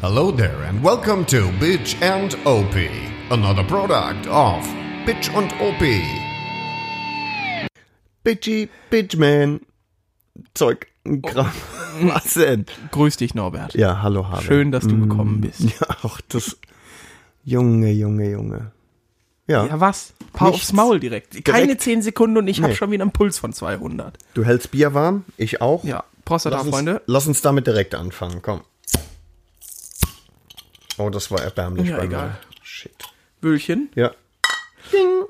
Hello there and welcome to Bitch and OP, another product of Bitch and OP. Bitchy, Bitchman. Zeug, Oh. Kram. Was denn? Grüß dich, Norbert. Ja, hallo, Harvey. Schön, dass du gekommen bist. Ja, auch das. Junge, Junge, Junge. Ja, Ja, was? Paar Nichts. aufs Maul direkt. Keine Direkt. 10 Sekunden und ich habe Nee. schon wieder einen Puls von 200. du hältst Bier warm, ich auch. Ja, lass Prostata, uns, Freunde. Lass uns damit direkt anfangen, komm. Oh, das war erbärmlich Ja, bei mir. egal. Shit. Wöhlchen. Ja,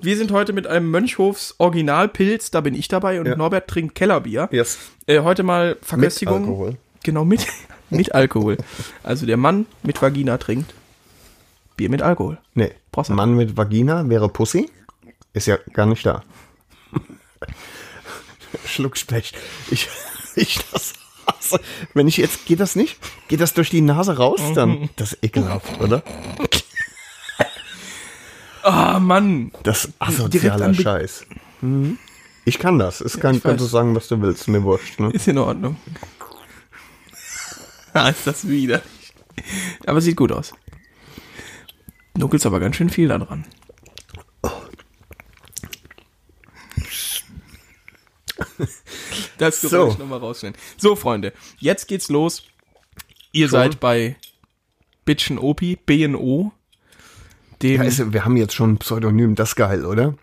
Wir sind heute mit einem Mönchhofs Originalpilz, da bin ich dabei und Ja. Norbert trinkt Kellerbier. yes. Äh, heute mal Verköstigung. Mit Alkohol. Genau, mit, mit Alkohol. Also der Mann mit Vagina trinkt Bier mit Alkohol. Nee. Brauchst du- Mann mit Vagina wäre Pussy. Ist ja gar nicht da. Schluckspecht. Ich, ich das hasse. Wenn ich jetzt, geht das nicht? Geht das durch die Nase raus? Dann, das ist ekelhaft, oder? Ah, Mann. Das ist Direkt asozialer am Be- Scheiß. Mhm. Ich kann das. Es kann, ich kannst du weiß. sagen, was du willst. Mir wurscht. Ne? Ist in Ordnung. Ah, ist das widerlich. Aber sieht gut aus. Nuckelst aber ganz schön viel da dran. Das Geräusch So. nochmal rausschneiden. So, Freunde, jetzt geht's los. Ihr seid bei Bitchen Opi, BNO. Ja, Dem, ist, wir haben jetzt schon ein Pseudonym. Das ist geil, oder?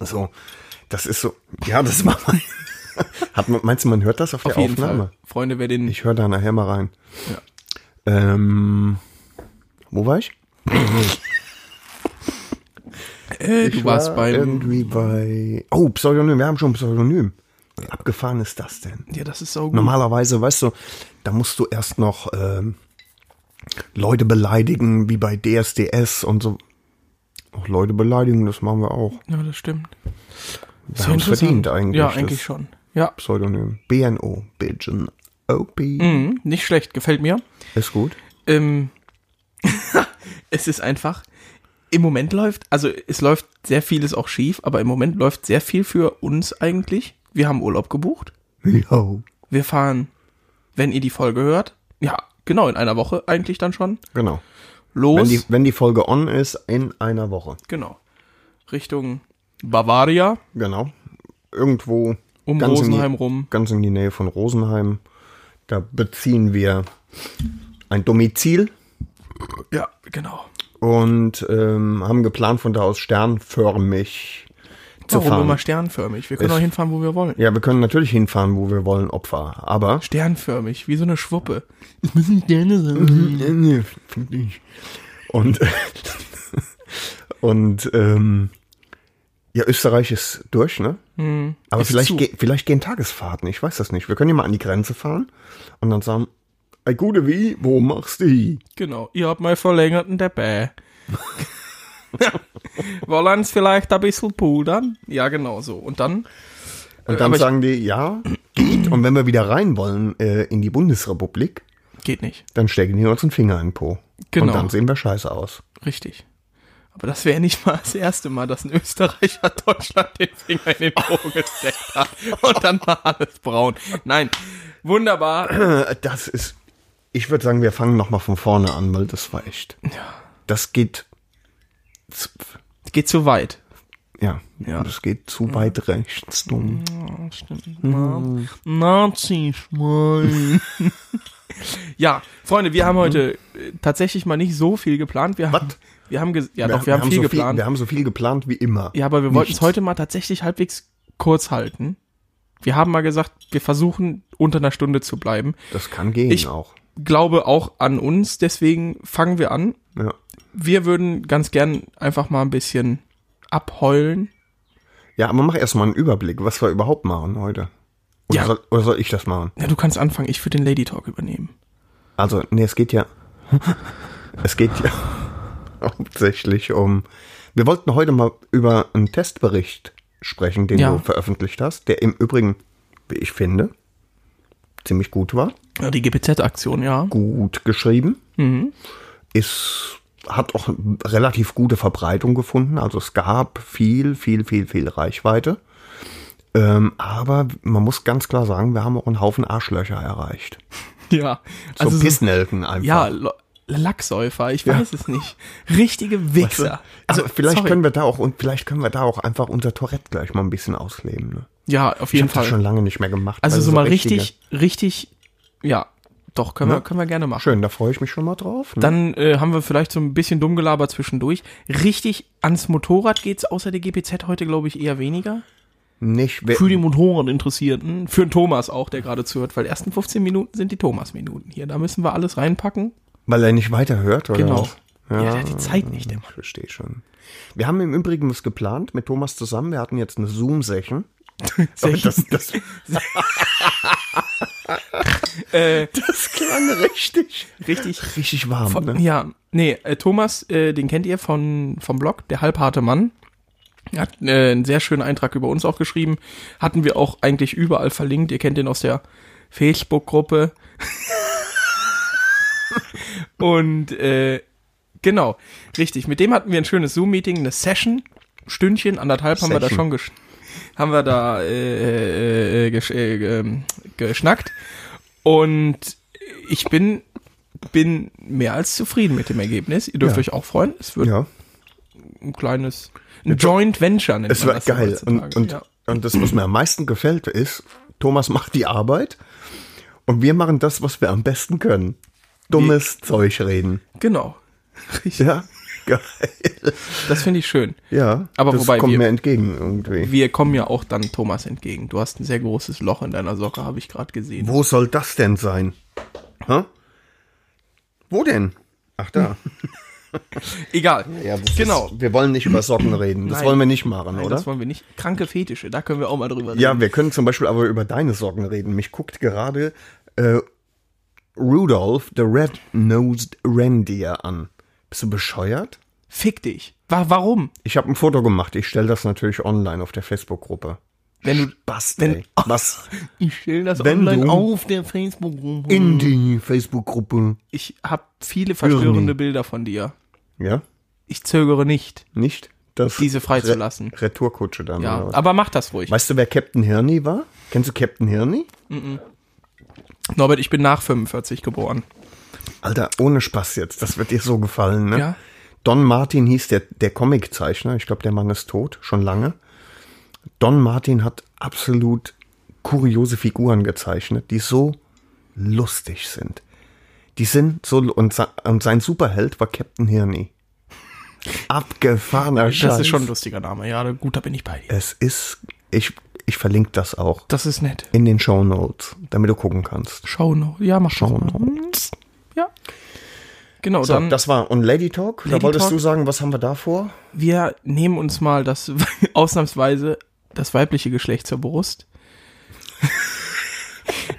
So. Das ist so. Ja, das war mein. Hat man, meinst du, man hört das auf der auf jeden Aufnahme? Fall. Freunde, wer den. Ich höre da nachher mal rein. Ähm, wo war ich? äh, du warst war beim. irgendwie bei. Oh, Pseudonym. Wir haben schon ein Pseudonym. Wie abgefahren ist das denn? Ja, das ist so gut. Normalerweise, weißt du, da musst du erst noch ähm, Leute beleidigen, wie bei DSDS und so. Auch Leute beleidigen, das machen wir auch. Ja, das stimmt. Wir haben es verdient eigentlich. Ja, das eigentlich schon. Ja. Pseudonym. BNO. Pigeon. OP. Mhm, nicht schlecht, gefällt mir. Ist gut. Ähm, es ist einfach, im Moment läuft, also es läuft sehr vieles auch schief, aber im Moment läuft sehr viel für uns eigentlich. Wir haben Urlaub gebucht. Yo. Wir fahren, wenn ihr die Folge hört, ja, genau, in einer Woche eigentlich dann schon, Genau. los. Wenn die, wenn die Folge on ist, in einer Woche. genau. Richtung Bavaria, Genau. Irgendwo um ganz in die- Rosenheim rum. ganz in die Nähe von Rosenheim. Da beziehen wir ein Domizil Ja, genau. und ähm, haben geplant, von da aus sternförmig zu Warum fahren. immer sternförmig? Wir können Ist- auch hinfahren, wo wir wollen. Ja, wir können natürlich hinfahren, wo wir wollen, Opfer. Aber Sternförmig, wie so eine Schwuppe. Mhm. Es müssen Sterne sein. und und ähm, ja, Österreich ist durch, ne? Aber Hm. ist vielleicht, zu. ge vielleicht gehen Tagesfahrten, ich weiß das nicht. Wir können ja mal an die Grenze fahren und dann sagen, ey Gute, wie, wo machst du die? Genau, ihr habt mal verlängerten dabei. Wollen's vielleicht ein bisschen pudern? Ja, genau so. Und dann? Und dann Äh, Aber ich- sagen die, ja, geht. Und wenn wir wieder rein wollen äh, in die Bundesrepublik, Geht nicht. dann stecken die uns einen Finger in den Po. Genau. Und dann sehen wir scheiße aus. Richtig. Aber das wäre nicht mal das erste Mal, dass ein Österreicher Deutschland den Finger in den Po gesteckt hat. Und dann war alles braun. Nein. Wunderbar. Äh, Das ist, ich würde sagen, wir fangen nochmal von vorne an, weil das war echt. Das geht, zu, Geht zu weit. ja, Ja. das geht zu weit rechts. Dumm. Na- Nazis, nein. ja, Freunde, wir haben heute äh, tatsächlich mal nicht so viel geplant. Wir haben, Was? wir haben, ges- ja, doch, wir, haben, viel so geplant. Viel, wir haben so viel geplant wie immer. Ja, aber wir wollten es Nichts. heute mal tatsächlich halbwegs kurz halten. Wir haben mal gesagt, wir versuchen unter einer Stunde zu bleiben. Das kann gehen Ich- auch. Glaube auch an uns, deswegen fangen wir an. Ja. Wir würden ganz gern einfach mal ein bisschen abheulen. ja, aber mach erstmal einen Überblick, was wir überhaupt machen heute. Oder, Ja. soll, oder soll ich das machen? Ja, du kannst anfangen, ich würde den Lady Talk übernehmen. Also, nee, es geht ja. Es geht ja hauptsächlich um. Wir wollten heute mal über einen Testbericht sprechen, den Ja. du veröffentlicht hast, der im Übrigen, wie ich finde, ziemlich gut war. Ja, die GPZ-Aktion, ja. Gut geschrieben. Mhm. Ist, hat auch relativ gute Verbreitung gefunden. Also es gab viel, viel, viel, viel Reichweite. Ähm, aber man muss ganz klar sagen, wir haben auch einen Haufen Arschlöcher erreicht. Ja. So Also, so- Pissnelken einfach. ja, Lo- Lacksäufer, ich weiß es nicht. Richtige Weißt Wichser. du? Also vielleicht können wir da auch und vielleicht können wir da auch einfach unser Tourette gleich mal ein bisschen ausleben. Ne? Ja, auf Ich jeden habe das Fall. schon lange nicht mehr gemacht. also weil so so mal richtige- Ne? richtig, richtig, ja, doch, können, wir, können wir gerne machen. Schön, da freue ich mich schon mal drauf. Ne? Dann äh, haben wir vielleicht so ein bisschen dumm gelabert zwischendurch. Richtig ans Motorrad geht's außer der GPZ heute, glaube ich, eher weniger. nicht wer, Für die Motorradinteressierten, für den Thomas auch, der gerade zuhört, weil die ersten 15 Minuten sind die Thomas-Minuten hier. Da müssen wir alles reinpacken. weil er nicht weiter hört oder Genau. was? Ja, der hat die Zeit nicht, der Ich verstehe schon. Wir haben im Übrigen was geplant mit Thomas zusammen. Wir hatten jetzt eine Zoom-Session. Aber Das, das, Äh, das klang richtig, richtig. richtig warm. Von, ne? Ja, nee, äh, Thomas, äh, den kennt ihr von, vom Blog, der halbharte Mann. Er hat äh, einen sehr schönen Eintrag über uns auch geschrieben. Hatten wir auch eigentlich überall verlinkt. Ihr kennt den aus der Facebook-Gruppe. Und äh, genau, richtig. Mit dem hatten wir ein schönes Zoom-Meeting, eine Session, Stündchen, anderthalb haben wir da Session. schon gesch haben wir da äh, äh, äh, gesch äh, ähm, geschnackt. Und ich bin, bin mehr als zufrieden mit dem Ergebnis. Ihr dürft Ja. euch auch freuen. Es wird Ja, ein kleines ein Joint Venture nennt es man war das ja geil. Und, heutzutage. und, ja. und das, was mir am meisten gefällt, ist, Thomas macht die Arbeit und wir machen das, was wir am besten können. Dummes Zeug reden. Genau. Richtig. Ja, geil. Das finde ich schön. Ja, Aber das wobei kommt wir- mir entgegen irgendwie. Wir kommen ja auch dann Thomas entgegen. Du hast ein sehr großes Loch in deiner Socke, habe ich gerade gesehen. Wo soll das denn sein? Hä? Wo denn? Ach da. Egal. genau. Ist, wir wollen nicht über Socken reden. Das Nein. wollen wir nicht machen, Nein, oder? das wollen wir nicht. Kranke Fetische, da können wir auch mal drüber reden. Ja, wir können zum Beispiel aber über deine Socken reden. Mich guckt gerade äh, Rudolph, the Red-Nosed Reindeer an. Bist du bescheuert? Fick dich. Wa warum? Ich habe ein Foto gemacht. Ich stelle das natürlich online auf der Facebook-Gruppe. Wenn du Bast, Wenn- ey. Was? Ich stelle das Wenn du- auf der Facebook rum. In die Facebook-Gruppe. Ich habe viele verstörende Bilder von dir. Ja? Ich zögere nicht, Nicht? Das diese freizulassen. Re Retourkutsche dann. Ja, was? aber mach das ruhig. Weißt du, wer Captain Hirni war? Kennst du Captain Hirni? Norbert, ich bin nach 45 geboren. Alter, ohne Spaß jetzt. Das wird dir so gefallen, ne? Ja. Don Martin hieß der, der Comiczeichner. Ich glaube, der Mann ist tot, schon lange. Don Martin hat absolut kuriose Figuren gezeichnet, die so lustig sind. Die sind so, und, se- und sein Superheld war Captain Hirni. Abgefahrener Scheiß. Das ist schon ein lustiger Name. Ja, da- gut, da bin ich bei dir. Es ist, ich, ich verlinke das auch Das ist nett. in den Show Notes, damit du gucken kannst. Schau noch. Ja, mach Schau noch. Ja. Genau, So, Mhm. dann das war, und Lady Talk, da Lady wolltest Talk. du sagen, was haben wir da vor? wir nehmen uns mal das ausnahmsweise das weibliche Geschlecht zur Brust.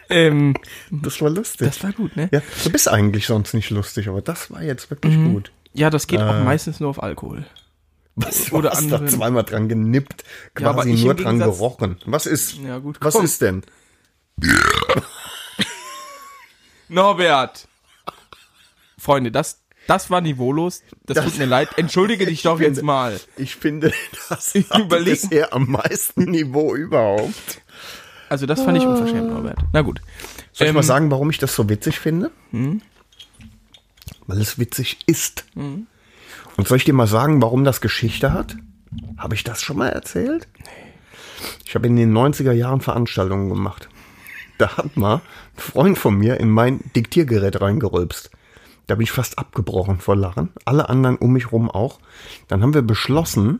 ähm, Das war lustig. das war gut, ne? Ja, du bist eigentlich sonst nicht lustig, aber das war jetzt wirklich Mhm. gut. Ja, das geht auch meistens nur auf Alkohol. Was Oder Oder hast da andere- zweimal dran genippt, Ja, aber quasi ich im nur dran Gegensatz- gerochen. Was ist? Ja, gut, was komm. ist denn? Norbert! Freunde, das, das war niveaulos. Das, tut mir leid. Entschuldige dich doch jetzt mal. Ich finde, das Ich ich überleg- ist eher am meisten Niveau überhaupt. Also, das fand ich unverschämt, Norbert. Na gut. Soll ich Ähm, Hm? mal sagen, warum ich das so witzig finde? Weil es witzig ist. Hm. Und soll ich dir mal sagen, warum das Geschichte hat? Habe ich das schon mal erzählt? Ich habe in den 90er Jahren Veranstaltungen gemacht. Da hat mal ein Freund von mir in mein Diktiergerät reingerülpst. Da bin ich fast abgebrochen vor Lachen. Alle anderen um mich rum auch. Dann haben wir beschlossen,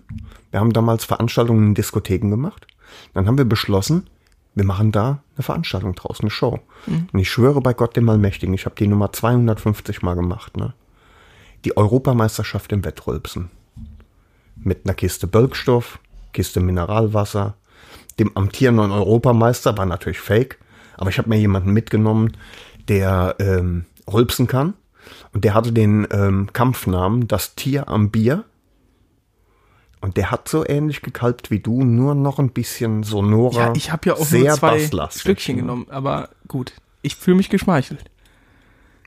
wir haben damals Veranstaltungen in Diskotheken gemacht. Dann haben wir beschlossen, wir machen da eine Veranstaltung draus, eine Show. Und ich schwöre bei Gott dem Allmächtigen, ich habe die Nummer 250 mal gemacht. Ne? Die Europameisterschaft im Wettrülpsen. Mit einer Kiste Bölkstoff, Kiste Mineralwasser. Dem amtierenden Europameister war natürlich fake, aber ich habe mir jemanden mitgenommen, der ähm, rülpsen kann. Und der hatte den ähm, Kampfnamen Das Tier am Bier. Und der hat so ähnlich gekalbt wie du, nur noch ein bisschen sonorer. Ja, ich habe ja auch sehr nur zwei basslastig, Stückchen ne? genommen, aber gut. Ich fühle mich geschmeichelt.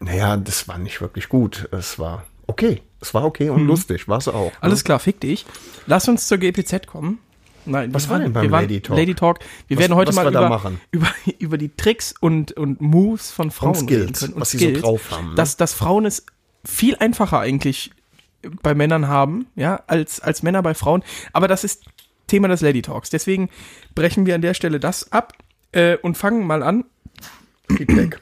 Naja, das war nicht wirklich gut. Es war okay. Es war okay und lustig. War es auch. ne? Mhm. Alles klar, fick dich. Lass uns zur GPZ kommen. Nein, Was wir war waren- denn beim wir waren Lady Talk? Lady Talk. Wir Was- werden heute was mal wir über, da machen? über über die Tricks und und Moves von Frauen Skills, reden können was sie so drauf haben, ne? Dass dass Frauen es viel einfacher eigentlich bei Männern haben, ja, als, als Männer bei Frauen. Aber das ist Thema des Lady Talks. Deswegen brechen wir an der Stelle das ab äh, und fangen mal an. Feedback.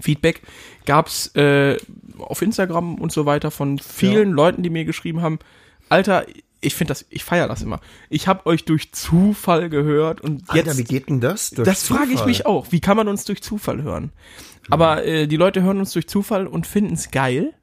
Feedback gab es äh, auf Instagram und so weiter von vielen Leuten, die mir geschrieben haben, Alter, ich finde das, ich feiere das immer. Ich habe euch durch Zufall gehört und jetzt. Alter, wie geht denn das? Durch das frage ich Zufall? mich auch. Wie kann man uns durch Zufall hören? Aber äh, die Leute hören uns durch Zufall und finden es geil.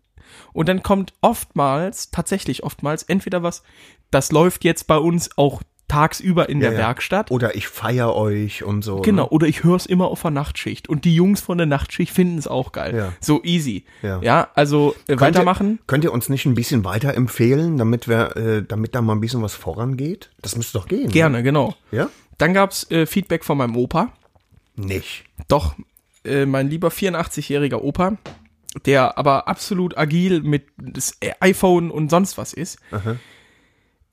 Und dann kommt oftmals, tatsächlich oftmals, entweder was, das läuft jetzt bei uns auch tagsüber in der ja. Werkstatt. Oder ich feier euch und so. ne? Genau, oder ich höre es immer auf der Nachtschicht. Und die Jungs von der Nachtschicht finden es auch geil. Ja. So easy. Ja. also äh, Könnt weitermachen. Ihr, könnt ihr uns nicht ein bisschen weiterempfehlen, damit wir, äh, damit da mal ein bisschen was vorangeht? Das müsste doch gehen. ne? Gerne, genau. Ja? Dann gab's äh, Feedback von meinem Opa. Nicht. Doch, äh, mein lieber 84-jähriger Opa, der aber absolut agil mit das äh, iPhone und sonst was ist.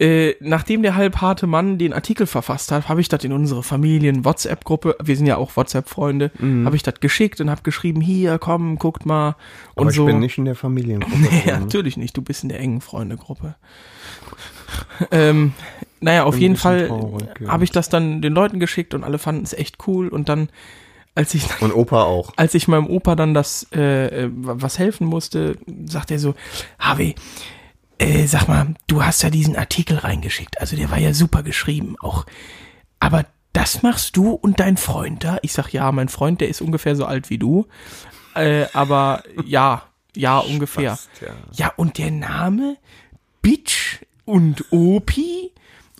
Äh, nachdem der halbharte Mann den Artikel verfasst hat, habe ich das in unsere Familien-WhatsApp-Gruppe, wir sind ja auch WhatsApp-Freunde, Mhm. habe ich das geschickt und habe geschrieben, hier, komm, guckt mal. Und Aber so. ich bin nicht in der Familiengruppe. Ja, drin, ne? natürlich nicht. Du bist in der engen Freundegruppe. ähm, naja, auf Bin ein jeden bisschen Fall traurig, ja. habe ich das dann den Leuten geschickt und alle fanden es echt cool. Und dann, als ich, Und Opa auch. als ich meinem Opa dann das äh, äh, was helfen musste, sagt er so, Harvey, äh, sag mal, du hast ja diesen Artikel reingeschickt. Also der war ja super geschrieben auch. Aber das machst du und dein Freund da? Ich sag, ja, mein Freund, der ist ungefähr so alt wie du. Äh, aber ja, ja, ungefähr. Passt, ja. Ja, und der Name Bitch und Opi?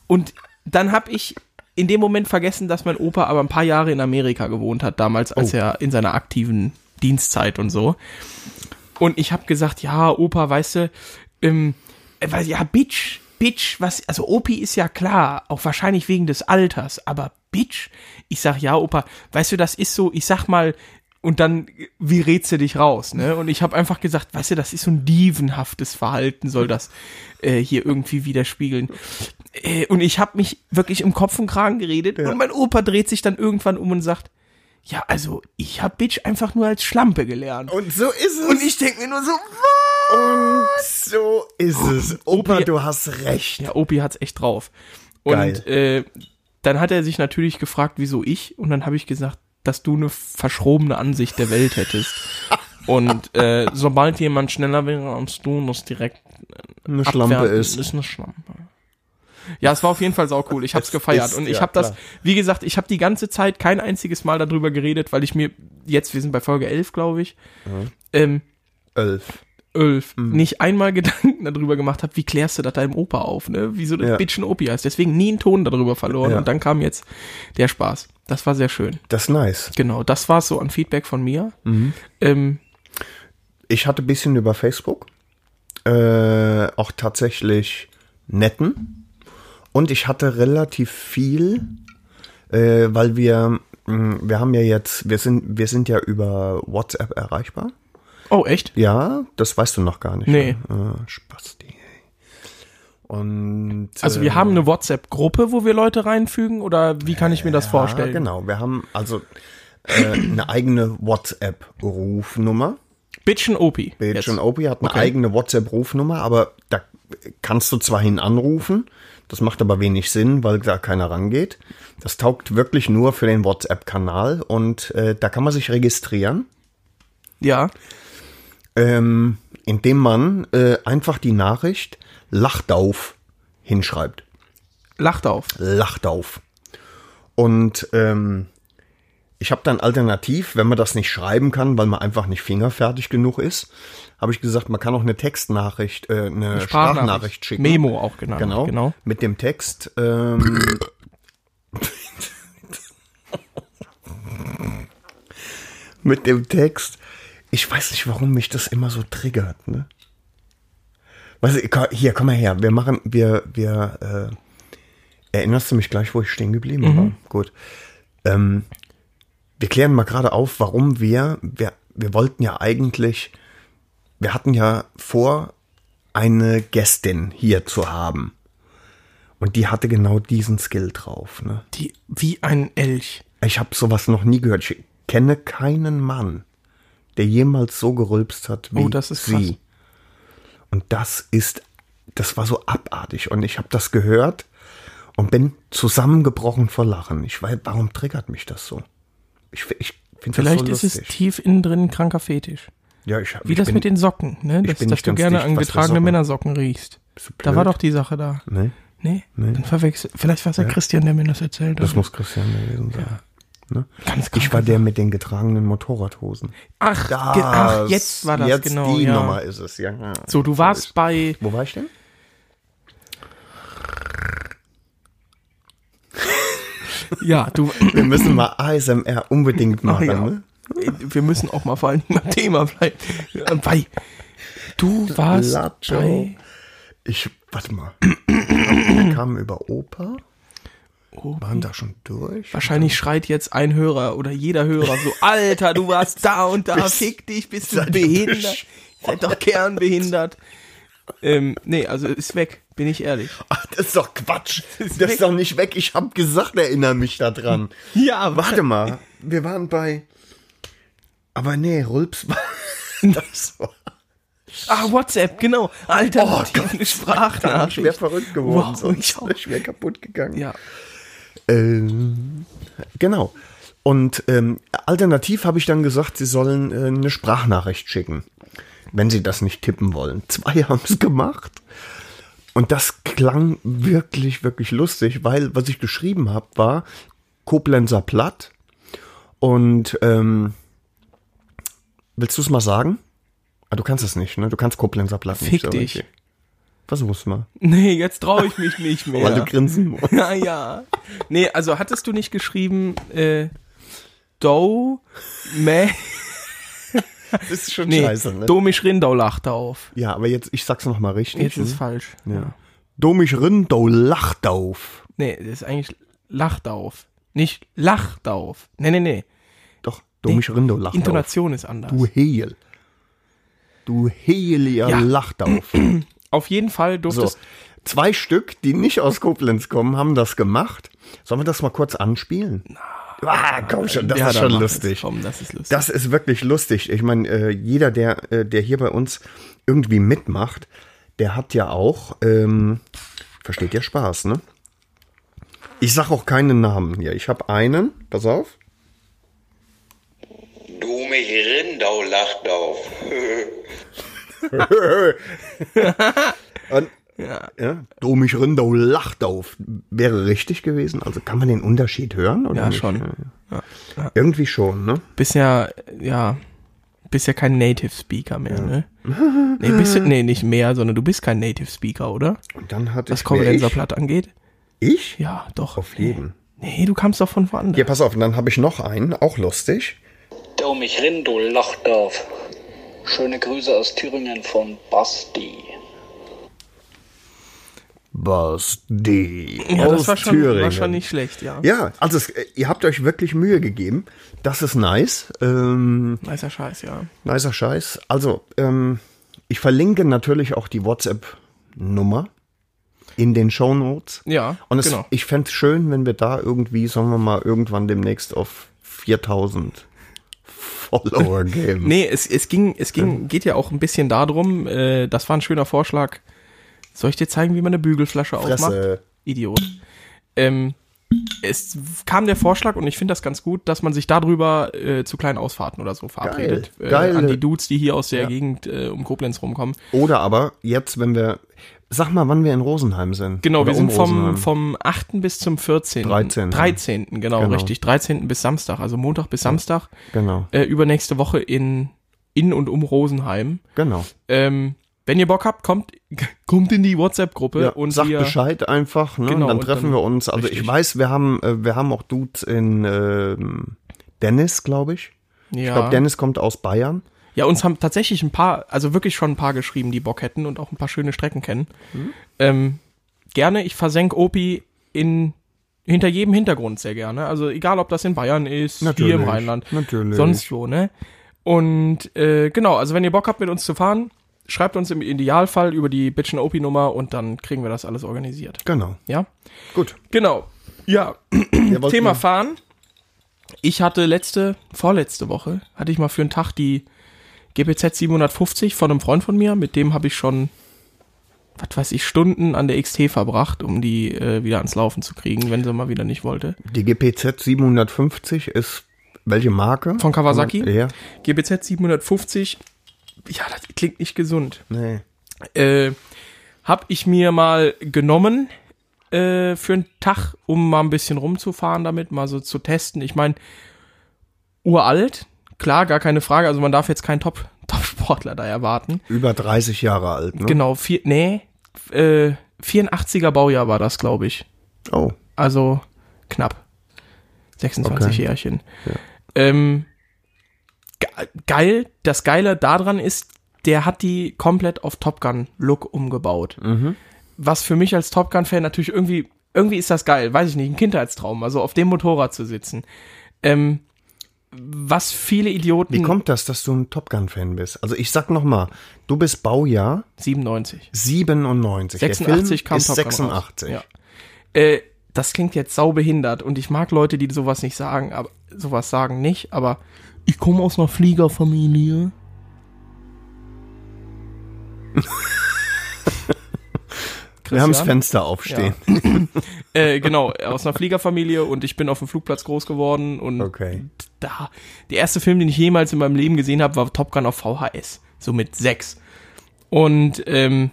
Und dann hab ich in dem Moment vergessen, dass mein Opa aber ein paar Jahre in Amerika gewohnt hat, damals, als er in seiner aktiven Dienstzeit und so. Und ich hab gesagt, ja, Opa, weißt du, ähm, äh, weiß- ja, Bitch, Bitch, was, also Opi ist ja klar, auch wahrscheinlich wegen des Alters, aber Bitch, ich sag, ja, Opa, weißt du, das ist so, ich sag mal, und dann, wie rätst du dich raus, ne? Und ich habe einfach gesagt, weißt du, das ist so ein dievenhaftes Verhalten, soll das äh, hier irgendwie widerspiegeln. Äh, und ich habe mich wirklich im Kopf und Kragen geredet und mein Opa dreht sich dann irgendwann um und sagt, ja, also, ich hab Bitch einfach nur als Schlampe gelernt. Und so ist es. Und ich denke mir nur so, Und so ist es. Opa, du hast recht. Ja, Opi hat's echt drauf. Und Geil. Äh, dann hat er sich natürlich gefragt, wieso ich. Und dann habe ich gesagt, dass du eine verschrobene Ansicht der Welt hättest. Und äh, sobald jemand schneller wäre als du, muss direkt Eine Schlampe abwerten, ist. ist eine Schlampe. Ja, es war auf jeden Fall sau cool. Ich hab's gefeiert ist, und ich ja, hab das, klar. wie gesagt, ich hab die ganze Zeit kein einziges Mal darüber geredet, weil ich mir jetzt, wir sind bei Folge 11, glaube ich, Mhm. ähm, Elf. 11 Mhm. nicht einmal Gedanken darüber gemacht habe, wie klärst du das deinem Opa auf, ne? Wieso das Ja. Bitchen Opi heißt. Deswegen nie einen Ton darüber verloren. Ja. Und dann kam jetzt der Spaß. Das war sehr schön. Das ist nice. Genau, das war so an Feedback von mir. Mhm. Ähm, Ich hatte ein bisschen über Facebook. Äh, auch tatsächlich netten. Und ich hatte relativ viel, äh, weil wir, mh, wir haben ja jetzt, wir sind, wir sind ja über WhatsApp erreichbar. oh, echt? Ja, das weißt du noch gar nicht. Nee. Ne? Äh, Spasti. ey. Und ähm, Also wir haben eine WhatsApp-Gruppe, wo wir Leute reinfügen oder wie kann ich mir das vorstellen? Ja, genau. Wir haben also äh, eine eigene WhatsApp-Rufnummer. Bitchen Opi. Bitch jetzt. und Opie hat eine eigene WhatsApp-Rufnummer, aber da kannst du zwar hin anrufen, das macht aber wenig Sinn, weil da keiner rangeht. Das taugt wirklich nur für den WhatsApp-Kanal und äh, da kann man sich registrieren, Ja. ähm, indem man äh, einfach die Nachricht Lachdauf hinschreibt. Lacht auf. lacht auf. Und ähm, ich habe dann alternativ, wenn man das nicht schreiben kann, weil man einfach nicht fingerfertig genug ist, habe ich gesagt, man kann auch eine Textnachricht, äh, eine, Sprachnachricht, schicken. Memo auch genannt. Genau, genau. Mit dem Text. Ähm, mit dem Text. Ich weiß nicht, warum mich das immer so triggert. Ne? Weißt du, ko- hier, komm mal her. Wir machen, wir, wir. Äh, erinnerst du mich gleich, wo ich stehen geblieben war? Gut. Ähm, wir klären mal gerade auf, warum wir, wir, wir wollten ja eigentlich, wir hatten ja vor, eine Gästin hier zu haben. Und die hatte genau diesen Skill drauf. Ne? Die, wie ein Elch. Ich habe sowas noch nie gehört. Ich kenne keinen Mann, der jemals so gerülpst hat wie Oh, das ist sie. krass. Und das ist, das war so abartig. Und ich habe das gehört und bin zusammengebrochen vor Lachen. Ich weiß, warum triggert mich das so? Ich, ich finde das so Vielleicht ist es lustig. tief innen drin ein kranker Fetisch. ja, ich, Wie ich das bin- mit den Socken, ne? Dass, bin dass nicht du ganz gerne dicht, an was für getragene Socken. Männersocken riechst. Bist du Da blöd? Mhm. war doch die Sache da. Nee, Nee? Dann verwechsel. Vielleicht war es der Christian, der mir das erzählt das hat. muss Christian gewesen sein. Ne? Ganz Ich war der mit den getragenen Motorradhosen. Ach, ge- ach, jetzt war das jetzt genau. Die ja. Nummer ist es, ja. So, du warst bei. Wo war ich denn? Ja, du. Wir müssen mal ASMR unbedingt Ach, machen. ja. ne? Wir müssen auch mal vor allem beim Thema bleiben. Äh, Bei. Du warst Lacho. bei Ich, warte mal. Wir kamen über Opa. Waren da schon durch? Wahrscheinlich schreit jetzt ein Hörer oder jeder Hörer so, Alter, du warst da und da, fick dich, bist du seid ihr behindert, seid doch kernbehindert. Ähm, nee, also ist weg, bin ich ehrlich. Ach, das ist doch Quatsch. Das ist, weg. doch nicht weg. Ich hab gesagt, erinnere mich da dran. Ja, Warte mal. Wir waren bei. Aber nee, Rülps war. Das war Ah, WhatsApp, genau. Oh Alternative ich wäre Sprachnachricht. verrückt geworden. Wow, sonst ich auch. wäre ich wäre kaputt gegangen. Ja, Ähm, genau. Und ähm, alternativ habe ich dann gesagt, sie sollen äh, eine Sprachnachricht schicken, wenn sie das nicht tippen wollen. Zwei haben es gemacht. Und das klang wirklich, wirklich lustig, weil was ich geschrieben habe, war Koblenzer Platt. Und ähm, willst du es mal sagen? Ah, du kannst es nicht, ne? Du kannst Koblenzer Platt nicht. Fick aber dich. okay. Versuch's mal. nee, jetzt traue ich mich nicht Weil du mehr. grinsen musst. Ja, ja. Nee, also hattest du nicht geschrieben, äh, Do, Mä, Das ist schon nee, scheiße, ne? Domisch Rindau lachte auf. Ja, aber jetzt, ich sag's nochmal richtig. Jetzt ist ne? falsch. Ja. Domisch Rindau lacht auf. Nee, das ist eigentlich lacht auf. Nicht lacht auf. Nee, nee, nee. Doch, Domisch Rindau lacht auf. Intonation ist anders. Du Heel. Du Heel, ihr Ja. lacht auf. Auf jeden Fall So, durftest zwei Stück, die nicht aus Koblenz kommen, haben das gemacht. Sollen wir das mal kurz anspielen? ah, komm schon, das Ja, ist dann schon mach lustig. Es. Komm, ne? das ist lustig. Das ist wirklich lustig. Ich meine, äh, jeder, der, äh, der hier bei uns irgendwie mitmacht, der hat ja auch, ähm, versteht ja Spaß, ne? Ich sag auch keinen Namen hier. Ich habe einen, pass auf. Du mich Rindau lacht auf. Und, ja. Domisch Rindau lacht auf. Wäre richtig gewesen. Also kann man den Unterschied hören? Oder ja, nicht? schon. Ja. Ja. Irgendwie schon, ne? Bist ja, ja, bist ja kein Native Speaker mehr, ne? Nee, bist du, nee, nicht mehr, sondern du bist kein Native Speaker, oder? Und dann hatte Was ich. wer Koblenzer ich? Platt angeht? Ich? Ja, doch. Auf jeden. Nee, du kamst doch von woanders. Hier, pass auf. Und dann habe ich noch einen, auch lustig. Du mich Rindau lacht auf. Schöne Grüße aus Thüringen von Basti. Basti. Ja, aus das war schon, war Thüringen. schon nicht schlecht, ja. Ja, also es, äh, ihr habt euch wirklich Mühe gegeben. Das ist nice. Ähm, Nicer Scheiß, ja. nicer Scheiß. Also, ähm, ich verlinke natürlich auch die WhatsApp-Nummer in den Show Notes. Ja, Und es, genau. ich fänd's schön, wenn wir da irgendwie, sagen wir mal, irgendwann demnächst auf 4000 Follower gehen. Nee, es, es ging, es ging, geht ja auch ein bisschen darum, äh, das war ein schöner Vorschlag. Soll ich dir zeigen, wie man eine Bügelflasche aufmacht? Fresse. Idiot. Ähm, es kam der Vorschlag und ich finde das ganz gut, dass man sich darüber äh, zu kleinen Ausfahrten oder so verabredet. Geil, geil. Äh, an die Dudes, die hier aus der Gegend äh, um Koblenz rumkommen. Oder aber jetzt, wenn wir, sag mal, wann wir in Rosenheim sind. Genau, Oder wir sind um vom, Rosenheim. vom 8. bis zum 14. 13.. 13. Genau, Genau. richtig. 13. bis Samstag, also Montag bis Samstag. Genau, Äh, übernächste Woche in, in und um Rosenheim. genau. Ähm, wenn ihr Bock habt, kommt, kommt in die WhatsApp-Gruppe Ja, und sagt wir, Bescheid einfach, ne? Genau, und dann und treffen dann- wir uns. Also ich richtig. weiß, wir haben, äh, wir haben auch Dudes in ähm, Dennis, glaube ich. Ich glaube, ja, Dennis kommt aus Bayern. ja, uns haben tatsächlich ein paar, also wirklich schon ein paar geschrieben, die Bock hätten und auch ein paar schöne Strecken kennen. Mhm. Ähm, gerne, ich versenke Opi in hinter jedem Hintergrund sehr gerne. Also egal, ob das in Bayern ist, Natürlich, hier im Rheinland, natürlich. sonst wo, ne? Und äh, genau, also wenn ihr Bock habt, mit uns zu fahren, schreibt uns im Idealfall über die Bitchen Opi-Nummer und dann kriegen wir das alles organisiert. Genau. Ja? Gut. Genau. Ja, Wir wollten- Thema Fahren. Ich hatte letzte, vorletzte Woche, hatte ich mal für einen Tag die GPZ 750 von einem Freund von mir, mit dem habe ich schon, was weiß ich, Stunden an der XT verbracht, um die äh, wieder ans Laufen zu kriegen, wenn sie mal wieder nicht wollte. Die GPZ 750 ist welche Marke? Von Kawasaki? Ja. GBZ 750, ja, das klingt nicht gesund. Nee. Äh, hab ich mir mal genommen äh, für einen Tag, um mal ein bisschen rumzufahren damit, mal so zu testen. Ich meine, uralt, klar, gar keine Frage. Also man darf jetzt keinen Top- Top-Sportler da erwarten. Über 30 Jahre alt, ne? Genau, vier, nee, äh, 84er Baujahr war das, glaube ich. Oh, Also knapp. 26 Jährchen. Ähm, ge geil, das Geile daran ist, der hat die komplett auf Top Gun-Look umgebaut. Mhm. Was für mich als Top Gun-Fan natürlich irgendwie, irgendwie ist das geil, weiß ich nicht, ein Kindheitstraum, also auf dem Motorrad zu sitzen. Ähm, was viele Idioten. wie kommt das, dass du ein Top Gun-Fan bist? Also ich sag noch mal, du bist Baujahr 97. 97. Der 86 Film kam ist Top Gun raus. 86. Ja. Äh, das klingt jetzt saubehindert und ich mag Leute, die sowas nicht sagen, aber sowas sagen nicht, aber ich komme aus einer Fliegerfamilie. Wir haben das Christian? Fenster aufstehen. äh, genau, aus einer Fliegerfamilie und ich bin auf dem Flugplatz groß geworden und Okay. da, der erste Film, den ich jemals in meinem Leben gesehen habe, war Top Gun auf VHS, so mit sechs. Und ähm,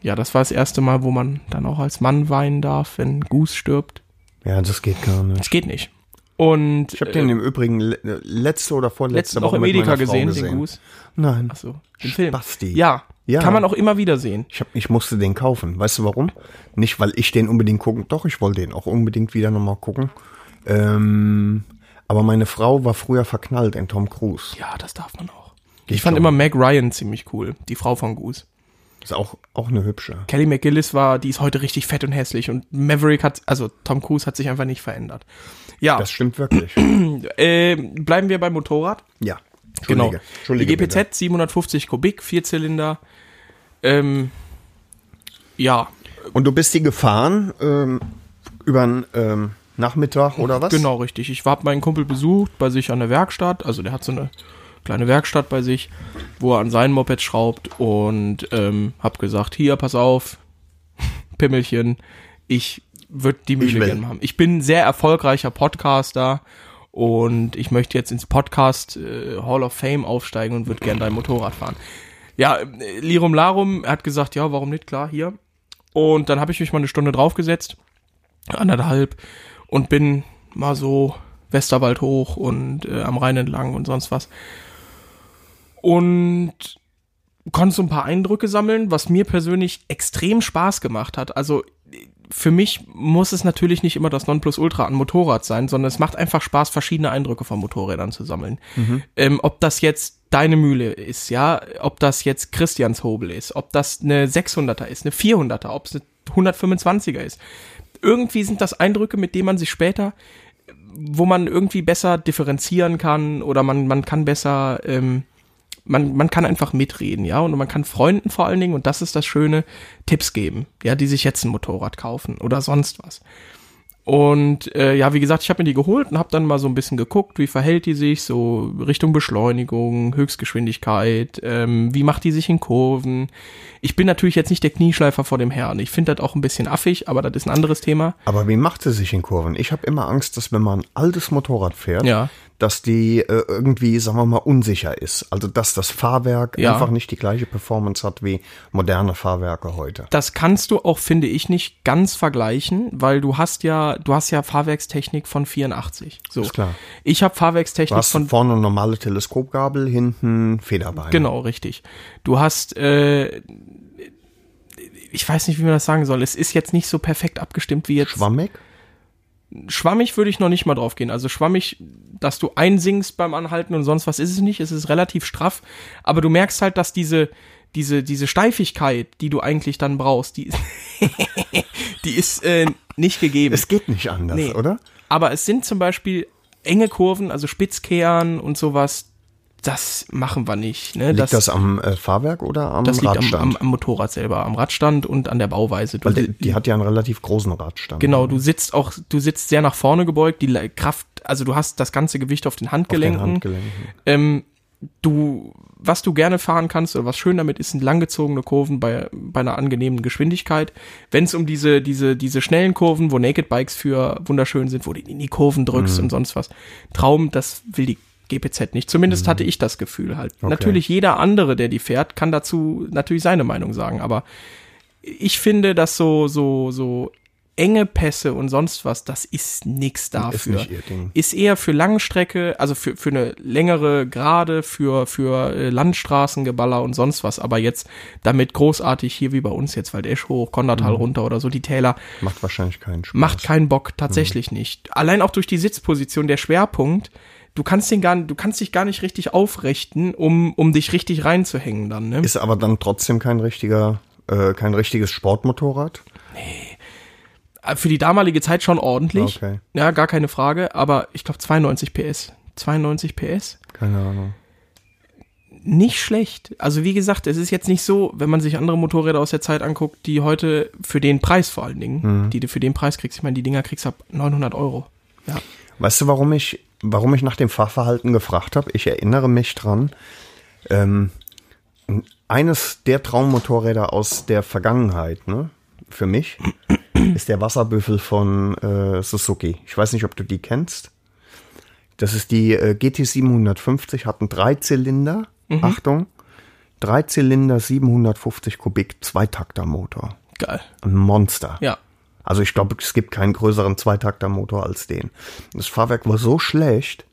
ja, das war das erste Mal, wo man dann auch als Mann weinen darf, wenn Goose stirbt. Ja, das geht gar nicht. Das geht nicht. Und äh, Ich habe den im Übrigen le äh, letzte oder vorletzte letztens auch im mit meiner Edeka Frau gesehen, den Goose. Nein. Achso, den Film. Spasti. Ja, Ja. kann man auch immer wieder sehen. Ich, hab, ich musste den kaufen. Weißt du warum? Nicht, weil ich den unbedingt gucken. Doch, ich wollte den auch unbedingt wieder nochmal gucken. Ähm, aber meine Frau war früher verknallt in Tom Cruise. Ja, das darf man auch. Geht Ich fand schon. immer Meg Ryan ziemlich cool, die Frau von Goose. Ist auch, auch eine hübsche. Kelly McGillis war, die ist heute richtig fett und hässlich und Maverick hat, also Tom Cruise hat sich einfach nicht verändert. Ja, Das stimmt wirklich. äh, bleiben wir beim Motorrad. ja. Genau. Entschuldige die GPZ bitte. 750 Kubik, Vierzylinder. Ähm, ja, Und du bist die gefahren ähm, über einen ähm, Nachmittag oder was? Genau, richtig. Ich habe meinen Kumpel besucht bei sich an der Werkstatt. Also der hat so eine kleine Werkstatt bei sich, wo er an seinen Moped schraubt und ähm, hab gesagt, hier, pass auf, Pimmelchen, ich würde die Mühle will. gerne haben. Ich bin ein sehr erfolgreicher Podcaster und ich möchte jetzt ins Podcast äh, Hall of Fame aufsteigen und würde gerne dein Motorrad fahren. Ja, äh, Lirum Larum er hat gesagt, ja, warum nicht, klar, hier. Und dann habe ich mich mal eine Stunde draufgesetzt, anderthalb, und bin mal so Westerwald hoch und äh, am Rhein entlang und sonst was. Und konnte so ein paar Eindrücke sammeln, was mir persönlich extrem Spaß gemacht hat. Also äh, für mich muss es natürlich nicht immer das Nonplusultra an Motorrad sein, sondern es macht einfach Spaß, verschiedene Eindrücke von Motorrädern zu sammeln. Ähm, ob das jetzt deine Mühle ist, ja, ob das jetzt Christians Hobel ist, ob das eine 600er ist, eine 400er, ob es eine 125er ist. Irgendwie sind das Eindrücke, mit denen man sich später, äh, wo man irgendwie besser differenzieren kann oder man, man kann besser, ähm, man, man kann einfach mitreden, ja, und man kann Freunden vor allen Dingen, und das ist das Schöne, Tipps geben, ja, die sich jetzt ein Motorrad kaufen oder sonst was. Und äh, ja, wie gesagt, ich habe mir die geholt und habe dann mal so ein bisschen geguckt, wie verhält die sich so Richtung Beschleunigung, Höchstgeschwindigkeit, ähm, wie macht die sich in Kurven. Ich bin natürlich jetzt nicht der Knieschleifer vor dem Herrn. Ich finde das auch ein bisschen affig, aber das ist ein anderes Thema. Aber wie macht sie sich in Kurven? Ich habe immer Angst, dass wenn man ein altes Motorrad fährt, Ja. dass die äh, irgendwie, sagen wir mal, unsicher ist. Also dass das Fahrwerk Ja. einfach nicht die gleiche Performance hat wie moderne Fahrwerke heute. Das kannst du auch, finde ich, nicht ganz vergleichen, weil du hast ja, du hast ja Fahrwerkstechnik von 84. So. Ist klar. Ich habe Du Fahrwerkstechnik hast von vorne eine normale Teleskopgabel, hinten Federbein. Genau, richtig. Du hast, äh, ich weiß nicht, wie man das sagen soll. Es ist jetzt nicht so perfekt abgestimmt wie jetzt. Schwammig? schwammig würde ich noch nicht mal drauf gehen. Also schwammig, dass du einsinkst beim Anhalten und sonst was ist es nicht. Es ist relativ straff. Aber du merkst halt, dass diese, diese, diese Steifigkeit, die du eigentlich dann brauchst, die, die ist äh, nicht gegeben. Es geht nicht anders, Nee. oder? Aber es sind zum Beispiel enge Kurven, also Spitzkehren und sowas. Das machen wir nicht. Ne? Liegt das, am äh, Fahrwerk oder am Das liegt am, Radstand? am, am Motorrad selber, am Radstand und an der Bauweise. Du, Weil die, die hat ja einen relativ großen Radstand. ne? genau, du sitzt auch, du sitzt sehr nach vorne gebeugt, die Le- Kraft, also du hast das ganze Gewicht auf den Auf den Handgelenken. Handgelenken. ähm, du, was du gerne fahren kannst oder was schön damit ist, sind langgezogene Kurven bei, bei einer angenehmen Geschwindigkeit. Wenn es um diese, diese, diese schnellen Kurven, wo Naked Bikes für wunderschön sind, wo du in die Kurven drückst und sonst was. Traum, das will die GPZ nicht. Zumindest hatte ich das Gefühl halt. Natürlich jeder andere, der die fährt, kann dazu natürlich seine Meinung sagen, aber ich finde, dass so, so, so enge Pässe und sonst was, das ist nix dafür. Ist nicht ihr Ding. Ist eher für Langstrecke, also für, für eine längere Gerade, für, für äh, Landstraßengeballer und sonst was. Aber jetzt damit großartig hier wie bei uns jetzt Waldesch hoch, Mhm. Kondertal runter oder so, die Täler, Macht wahrscheinlich keinen Spaß. macht keinen Mhm. Bock, tatsächlich nicht. Allein auch durch die Sitzposition, der Schwerpunkt, du kannst den gar, du kannst dich gar nicht richtig aufrichten, um, um dich richtig reinzuhängen dann, ne? Ist aber dann trotzdem kein richtiger, äh, kein richtiges Sportmotorrad. Äh, für die damalige Zeit schon ordentlich. Okay. Ja, gar keine Frage, aber ich glaube 92 PS. 92 PS? Keine Ahnung. Nicht schlecht. Also wie gesagt, es ist jetzt nicht so, wenn man sich andere Motorräder aus der Zeit anguckt, die heute für den Preis vor allen Mhm. Dingen, die du für den Preis kriegst. Ich meine, die Dinger kriegst du ab 900 Euro. Ja. Weißt du, warum ich, warum ich nach dem Fahrverhalten gefragt habe? Ich erinnere mich dran. Ähm, eines der Traummotorräder aus der Vergangenheit, ne? Für mich ist der Wasserbüffel von äh, Suzuki. Ich weiß nicht, ob du die kennst. Das ist die äh, GT 750, hat einen Dreizylinder. Achtung. Dreizylinder 750 Kubik, Zweitaktermotor. Geil. Ein Monster. Ja. Also ich glaube, es gibt keinen größeren Zweitaktermotor als den. Das Fahrwerk war so schlecht,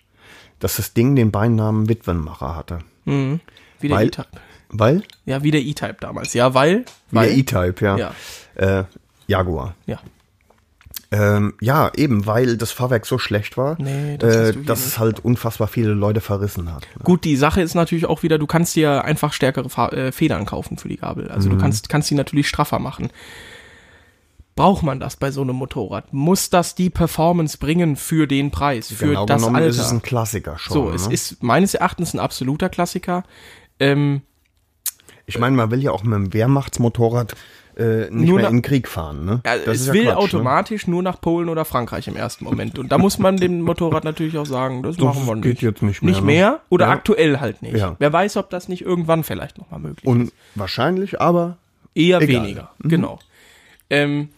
dass das Ding den Beinamen Witwenmacher hatte. Wie der Weil- E-Type. Weil? Ja, wie der E-Type damals. Ja, weil. Wie weil der E-Type, ja. Ja. Äh, Jaguar. ja. Ähm, ja, eben, weil das Fahrwerk so schlecht war, Nee, das das hast du äh, hier dass nicht. es halt unfassbar viele Leute verrissen hat. Gut, die Sache ist natürlich auch wieder, du kannst dir einfach stärkere Fa äh, Federn kaufen für die Gabel. Also Mhm. du kannst, kannst die natürlich straffer machen. Braucht man das bei so einem Motorrad? Muss das die Performance bringen für den Preis, für genau das genommen Alter? ist es ein Klassiker schon. so, es ne? ist meines Erachtens ein absoluter Klassiker. Ähm, ich meine, man will ja auch mit dem Wehrmachtsmotorrad äh, nicht Nur mehr na- in den Krieg fahren. Ne? äh, Das es ist ja will Quatsch, ne? automatisch nur nach Polen oder Frankreich im ersten Moment. Und da muss man dem Motorrad natürlich auch sagen, das, machen wir nicht. geht jetzt nicht mehr, Nicht ne? mehr oder Ja. aktuell halt nicht. Ja. Wer weiß, ob das nicht irgendwann vielleicht nochmal möglich ist. Unwahrscheinlich, aber Egal. Eher Mhm. weniger, genau. Ähm,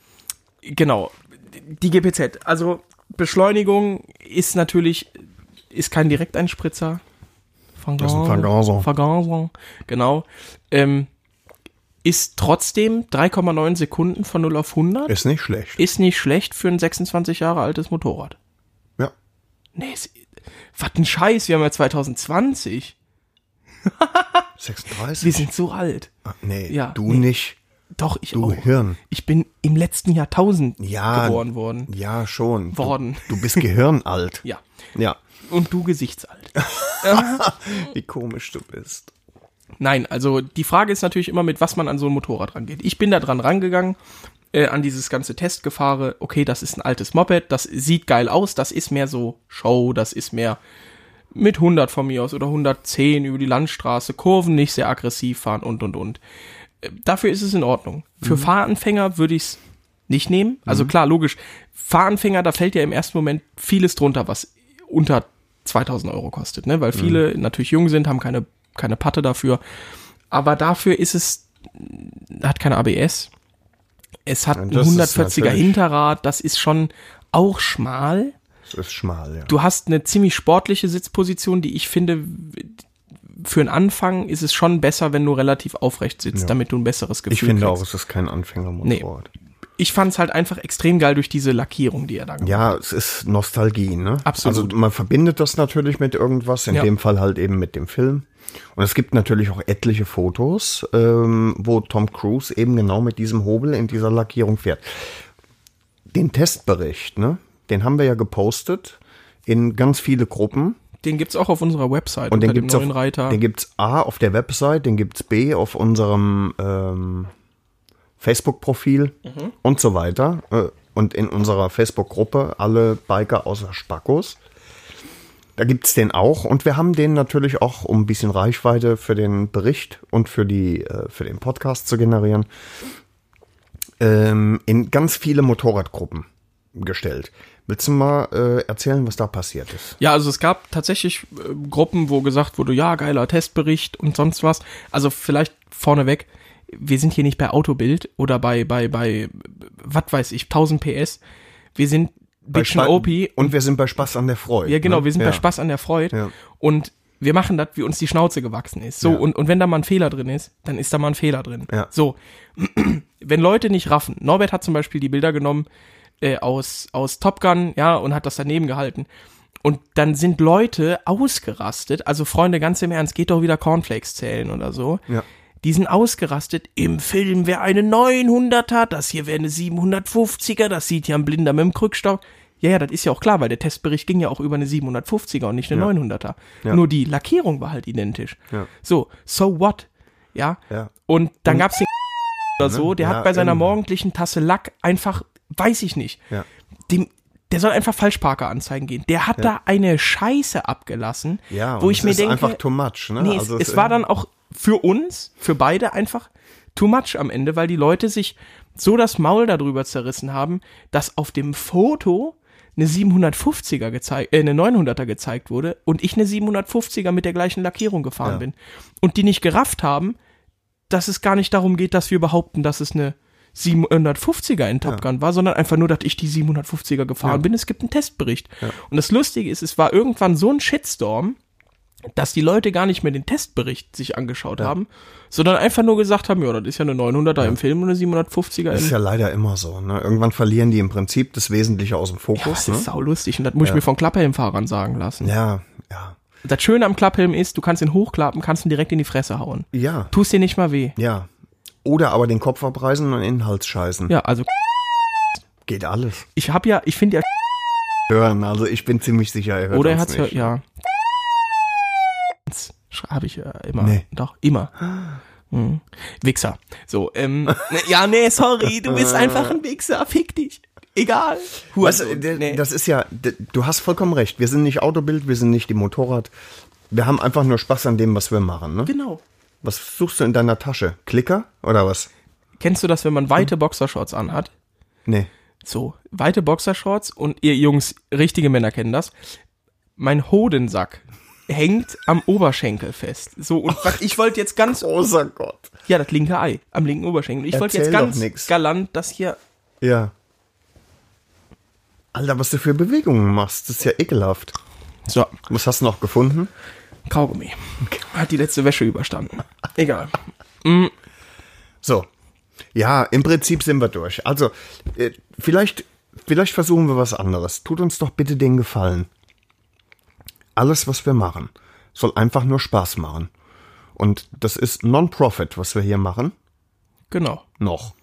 genau. Die GPZ, also Beschleunigung ist natürlich, ist kein Direkteinspritzer. Das ist ein Vergaser. Vergaser, genau. Ähm, ist trotzdem 3,9 Sekunden von 0 auf 100. ist nicht schlecht. Ist nicht schlecht für ein 26 Jahre altes Motorrad. ja. Nee, ist, was ein Scheiß, wir haben ja 2020. 36? Wir sind so alt. Ah, nee, Ja, Oh. du nicht. Doch, ich Du auch. Hirn. Ich bin im letzten Jahrtausend Ja. geboren worden. Ja, schon. Worden. Du, du bist gehirnalt. Ja. Ja. Und du gesichtsalter. Wie komisch du bist. Nein, also die Frage ist natürlich immer, mit was man an so ein Motorrad rangeht. Ich bin da dran rangegangen, äh, an dieses ganze Testgefahre. Okay, das ist ein altes Moped, das sieht geil aus, das ist mehr so Show, das ist mehr mit 100 von mir aus oder 110 über die Landstraße, Kurven nicht sehr aggressiv fahren und und und. Äh, Dafür ist es in Ordnung. Mhm. Für Fahranfänger würde ich es nicht nehmen. Also klar, logisch. Fahranfänger, da fällt ja im ersten Moment vieles drunter, was unter 2000 Euro kostet, ne? Mhm. Weil viele natürlich jung sind, haben keine, keine Patte dafür. Aber dafür ist es, äh, hat keine ABS. Es hat ein das ist 140er natürlich- Hinterrad. Das ist schon auch schmal Es ist schmal, ja. du hast eine ziemlich sportliche Sitzposition, die ich finde, für einen Anfang ist es schon besser, wenn du relativ aufrecht sitzt, damit du ein besseres Gefühl ich finde auch, kriegst. es ist kein Anfängermotorrad. Ich fand es halt einfach extrem geil durch diese Lackierung, die er da gemacht hat. Ja, es ist Nostalgie, ne? Absolut. Also man verbindet das natürlich mit irgendwas, in Ja. dem Fall halt eben mit dem Film. Und es gibt natürlich auch etliche Fotos, ähm, wo Tom Cruise eben genau mit diesem Hobel in dieser Lackierung fährt. Den Testbericht, ne? Den haben wir ja gepostet in ganz viele Gruppen. Den gibt's auch auf unserer Website Und den unter dem gibt's, neuen auf, Reiter. den gibt's A auf der Website, den gibt's B auf unserem ähm, Facebook-Profil Mhm. und so weiter. Äh, und in unserer Facebook-Gruppe alle Biker außer Spackos. Da gibt's den auch. Und wir haben den natürlich auch, um ein bisschen Reichweite für den Bericht und für, die, äh, für den Podcast zu generieren, ähm, in ganz viele Motorradgruppen gestellt. Willst du mal äh, erzählen, was da passiert ist? Ja, also es gab tatsächlich äh, Gruppen, wo gesagt wurde, ja, geiler Testbericht und sonst was. Also vielleicht vorneweg, wir sind hier nicht bei Autobild oder bei, bei, bei, was weiß ich, 1000 PS. Wir sind Bitchen Spa- OP. Und wir sind bei Spaß an der Freude. Ja, genau, ne? wir sind ja. bei Spaß an der Freude. Ja. Und wir machen das, wie uns die Schnauze gewachsen ist. So, Ja. und, und wenn da mal ein Fehler drin ist, dann ist da mal ein Fehler drin. Ja. So, wenn Leute nicht raffen, Norbert hat zum Beispiel die Bilder genommen äh, aus, aus Top Gun, ja, und hat das daneben gehalten. Und dann sind Leute ausgerastet, also Freunde, ganz im Ernst, geht doch wieder Cornflakes zählen oder so. Ja. Die sind ausgerastet. Im Film wäre eine 900er, das hier wäre eine 750er, das sieht ja ein Blinder mit dem Krückstock. Ja, ja, das ist ja auch klar, weil der Testbericht ging ja auch über eine 750er und nicht eine 900er. Ja. Nur die Lackierung war halt identisch. Ja. So, so what? Ja. Ja. Und dann gab's den oder so, der Ja, hat bei seiner irgendwie. morgendlichen Tasse Lack einfach, weiß ich nicht, Ja. dem, der soll einfach Falschparker anzeigen gehen. Der hat da eine Scheiße abgelassen, Ja, wo und ich es mir ist denke, einfach too much, ne? Nee, Also es, es- es war dann auch für uns, für beide einfach too much am Ende, weil die Leute sich so das Maul darüber zerrissen haben, dass auf dem Foto eine 750er gezeigt, äh, eine 900er gezeigt wurde und ich eine 750er mit der gleichen Lackierung gefahren Ja. bin und die nicht gerafft haben, dass es gar nicht darum geht, dass wir behaupten, dass es eine 750er in Top Gun war, sondern einfach nur, dass ich die 750er gefahren bin. Es gibt einen Testbericht. Und das Lustige ist, es war irgendwann so ein Shitstorm, dass die Leute gar nicht mehr den Testbericht sich angeschaut haben, sondern einfach nur gesagt haben, ja, das ist ja eine 900er im Film und eine 750er Das im ist ja leider immer so. Ne? Irgendwann verlieren die im Prinzip das Wesentliche aus dem das Fokus. ist ne? saulustig und das muss ich mir von Klapphelmfahrern sagen lassen. Ja, ja. Das Schöne am Klapphelm ist, du kannst ihn hochklappen, kannst ihn direkt in die Fresse hauen. Ja, Tust dir nicht mal weh. ja. Oder aber den Kopf abreißen und in den Hals scheißen. Ja, also Geht alles. ich habe ja, ich finde ja Hören, also ich bin ziemlich sicher, er hört Oder er uns hat's nicht. hört, ja. Schreibe ich ja immer. Nee. Doch, immer. Hm. Wichser. So, ähm, ja, nee, sorry, du bist einfach ein Wichser, fick dich. Egal. Weißt, Hurensohn. du, der- Also, Nee. Das ist ja, d- du hast vollkommen recht. Wir sind nicht Autobild, wir sind nicht die Motorrad. Wir haben einfach nur Spaß an dem, was wir machen. Ne? genau. Was suchst du in deiner Tasche? Klicker oder was? Kennst du das, wenn man Hm. weite Boxershorts anhat? Nee. So, weite Boxershorts und ihr Jungs, richtige Männer kennen das. Mein Hodensack hängt am Oberschenkel fest. So, und was, ich wollte jetzt ganz, Großer Gott. ja, das linke Ei, am linken Oberschenkel. Ich wollte jetzt Erzähl doch ganz nix. galant das hier Ja. Alter, was du für Bewegungen machst, das ist ja ekelhaft. So, Was hast du noch gefunden? Kaugummi. Hat die letzte Wäsche überstanden. Egal. So. Ja, im Prinzip sind wir durch. Also, äh, vielleicht, vielleicht versuchen wir was anderes. Tut uns doch bitte den Gefallen. Alles, was wir machen, soll einfach nur Spaß machen. Und das ist Non-Profit, was wir hier machen. Genau. Noch.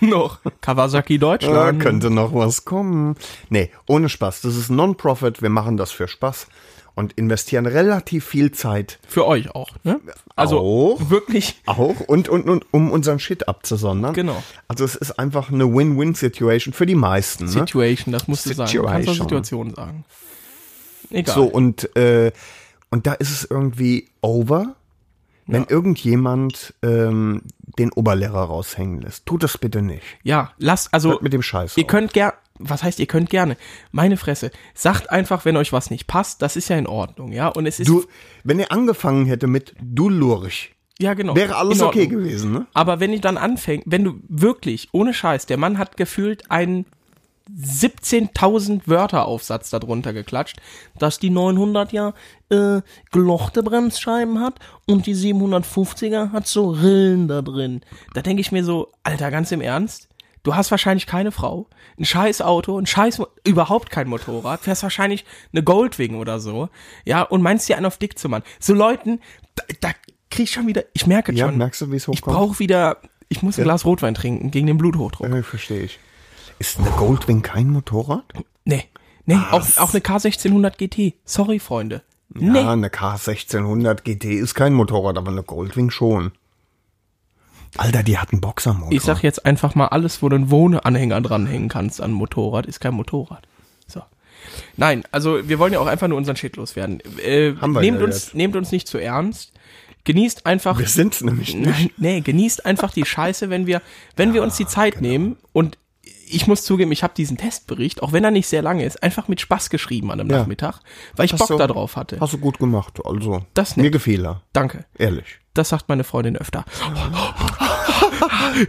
Noch. Kawasaki Da Deutschland. könnte noch was kommen. Nee, ohne Spaß. Das ist Non-Profit. Wir machen das für Spaß und investieren relativ viel Zeit Für euch auch. Ne? Also Auch. wirklich. Auch und, und, und um unseren Shit abzusondern. Genau. Also es ist einfach eine Win-Win-Situation für die meisten. Ne? Situation, das musst du sagen. Du kannst auch Situation. Situation sagen. Egal. So, und, äh, und da ist es irgendwie over, wenn irgendjemand ähm, den Oberlehrer raushängen lässt. Tut das bitte nicht. Ja, lasst, also Hört mit dem Scheiß ihr auf. könnt gern, was heißt, ihr könnt gerne. Meine Fresse, sagt einfach, wenn euch was nicht passt, das ist ja in Ordnung, ja. Und es ist, Du, wenn er angefangen hätte mit du Lurch, ja genau. wäre alles in Ordnung. okay gewesen, ne? Aber wenn ihr dann anfängt, wenn du wirklich, ohne Scheiß, der Mann hat gefühlt einen 17.000 Wörter Aufsatz darunter geklatscht, dass die 900 ja äh, gelochte Bremsscheiben hat und die 750er hat so Rillen da drin. Da denke ich mir so, Alter, ganz im Ernst? Du hast wahrscheinlich keine Frau, ein scheiß Auto, ein scheiß, Mo- überhaupt kein Motorrad, fährst wahrscheinlich eine Goldwing oder so, ja, und meinst dir einen auf dick zu machen. So Leuten, da, da krieg ich schon wieder, ich merke Ja, schon, merkst du, wie es ich hochkommt? brauche wieder, ich muss ein Glas Rotwein trinken gegen den Bluthochdruck. Ja, verstehe ich. Ist eine Goldwing kein Motorrad? Nee. Nee, auch, auch eine K1600 GT. Sorry, Freunde. Nee. Ja, eine K1600 GT ist kein Motorrad, aber eine Goldwing schon. Alter, die hat einen Boxermotor. Ich sag jetzt einfach mal, alles, wo du einen Wohneanhänger dranhängen kannst an Motorrad, ist kein Motorrad. So. Nein, also wir wollen ja auch einfach nur unseren Shit loswerden. Äh, Haben wir nehmt, ja uns, jetzt. nehmt uns nicht zu ernst. Genießt einfach. wir sind's nämlich nicht. genau. Nein, nee, genießt einfach die Scheiße, wenn wir, wenn wir uns die Zeit nehmen und ich muss zugeben, ich habe diesen Testbericht, auch wenn er nicht sehr lange ist, einfach mit Spaß geschrieben an einem Ja. Nachmittag, weil ich Hast Bock du- da drauf hatte. Hast du gut gemacht, also. Das mir nett. gefiel er, Danke. ehrlich. Das sagt meine Freundin öfter.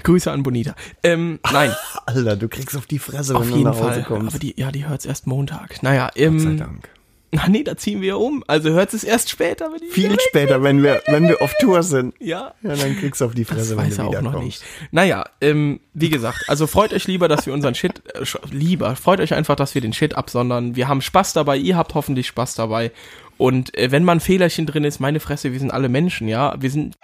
Grüße an Bonita. Ähm, nein, Alter, du kriegst auf die Fresse, auf jeden Fall. Aber die, ja, die hört's erst Montag. Naja, ähm, Gott sei Dank. Na nee, da ziehen wir um. Also hört's es erst später, wenn die Viel später, wenn wir, wenn wir auf Tour sind. Ja. Ja, dann kriegst du auf die Das Fresse, wenn weiß du er auch wiederkommst. noch nicht. Naja, ähm, wie gesagt, also freut euch lieber, dass wir unseren Shit, äh, sch- lieber, freut euch einfach, dass wir den Shit absondern. Wir haben Spaß dabei, ihr habt hoffentlich Spaß dabei. Und äh, wenn mal ein Fehlerchen drin ist, meine Fresse, wir sind alle Menschen, ja, wir sind...